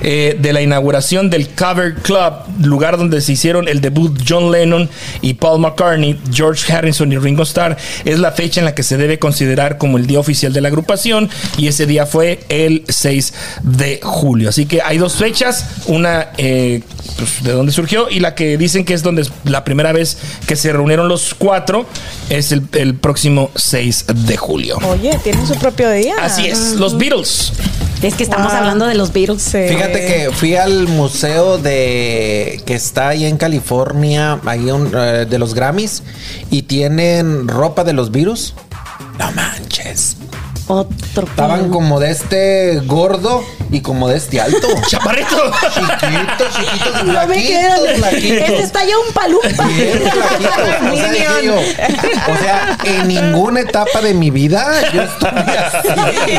C: eh, de la inauguración del Cover Club, lugar donde se hicieron el debut John Lennon y Paul McCartney, George Harrison y Ringo Starr, es la fecha en la que se debe considerar como el día oficial de la agrupación y ese día fue el 6 de julio. Así que hay dos fechas, una eh, pues, de donde surgió y la que dicen que es donde es la primera vez que se reunieron los cuatro es el, el próximo 6 de julio.
D: Oye, tienen su propio día.
C: Así es, los Beatles.
F: es que estamos
D: Wow.
F: hablando de los Beatles.
D: Sí.
E: Fíjate que fui al museo de que está ahí en California, ahí un, eh, de los Grammys, y tienen ropa de los virus. No manches.
F: Otro.
E: Estaban
F: pedo.
E: como de este gordo Y como de este alto.
C: ¡Chaparrito!
E: chiquito, chiquito,
F: No me
E: flaquito,
F: quieras. Este
E: flaquito.
F: está ya un palumpa.
E: Bien este flaquito. O sea, dije yo, o sea, en ninguna etapa de mi vida yo estuve así.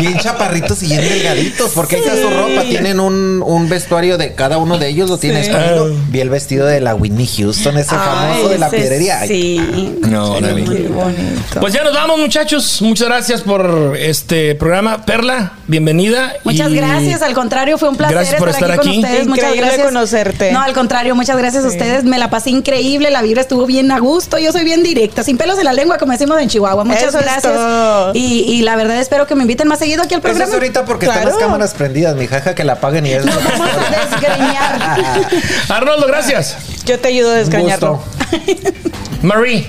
E: Bien chaparritos y bien delgaditos, porque esa es su ropa. Tienen un, un vestuario de cada uno de ellos, lo tiene
D: Sí.
E: escondido. Vi el vestido de la Winnie Houston, ese famoso de la
D: ese
E: piedrería. Ay,
D: Sí.
C: No, la vi.
D: Qué bonito.
C: Pues ya nos vamos, muchachos. Muchas gracias por este programa. Perla, bienvenida.
F: Muchas
C: Y-
F: gracias, al contrario, fue un placer
C: Gracias por estar
F: aquí,
C: aquí.
F: con ustedes. Muchas
D: Increíble
F: gracias.
D: conocerte.
F: No, al contrario, muchas gracias a
D: Sí.
F: ustedes. Me la pasé increíble, la vibra estuvo bien a gusto. Yo soy bien directa, sin pelos en la lengua, como decimos en Chihuahua. Muchas
D: Eso es
F: gracias.
D: todo.
F: Y, y la verdad espero que me inviten más seguido aquí al
E: Pues Eso es
F: programa.
E: ahorita porque
D: Claro.
E: están las cámaras prendidas, mi jaja, que la apaguen y es
F: Nos vamos a desgreñar.
C: Arnoldo, gracias.
D: Yo te ayudo a desgañarlo.
E: gusto.
C: Marie,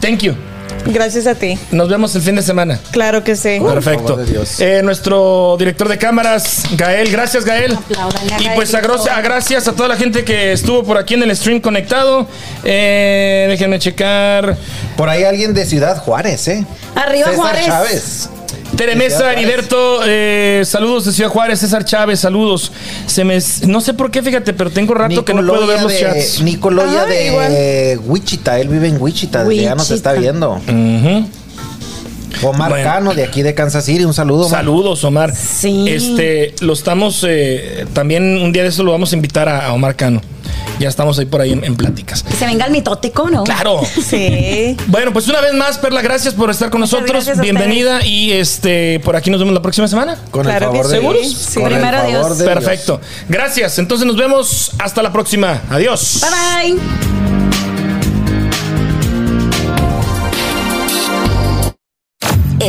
C: thank you.
D: Gracias a ti.
C: Nos vemos el fin de semana.
D: Claro que sí.
C: Perfecto.
E: favor de Dios.
C: Eh, nuestro director de cámaras, Gael, gracias Gael.
F: Apláudale a
C: Y
F: Gael,
C: pues a
F: por
C: gracias,
F: favor.
C: a gracias a toda la gente que estuvo por aquí en el stream conectado. Eh, déjenme checar.
E: Por ahí alguien de Ciudad Juárez, ¿eh?
F: Arriba
E: César
F: Juárez.
E: Chávez.
C: Tere
E: Ciudad
C: Mesa,
E: Juárez.
C: Heriberto, eh, saludos de Ciudad Juárez, César Chávez, saludos. Se me, no sé por qué, fíjate, pero tengo rato que no puedo ver los
E: de,
C: chats.
E: Nicoloya
D: Ah,
E: de
D: igual.
E: Wichita, él vive en Wichita, desde ya nos está
F: Wichita.
E: viendo. Omar
C: Bueno.
E: Cano, de aquí de Kansas City, un saludo. Omar.
C: Saludos, Omar.
F: Sí.
C: Este, lo estamos, eh, también un día de eso lo vamos a invitar a, a Omar Cano. Ya estamos ahí por ahí en, en pláticas.
F: Que se venga el mitótico, ¿no?
C: Claro.
D: Sí.
C: Bueno, pues una vez más, Perla, gracias por estar con nosotros.
F: gracias a
C: Bienvenida y este por aquí nos vemos la próxima semana.
E: Con
D: Claro
E: el favor
D: que sí.
E: de Dios.
D: ¿Seguros? Sí.
E: Con el
F: Primero
E: favor
F: Dios.
E: de
C: Perfecto. Gracias. Entonces nos vemos hasta la próxima. Adiós.
F: Bye bye.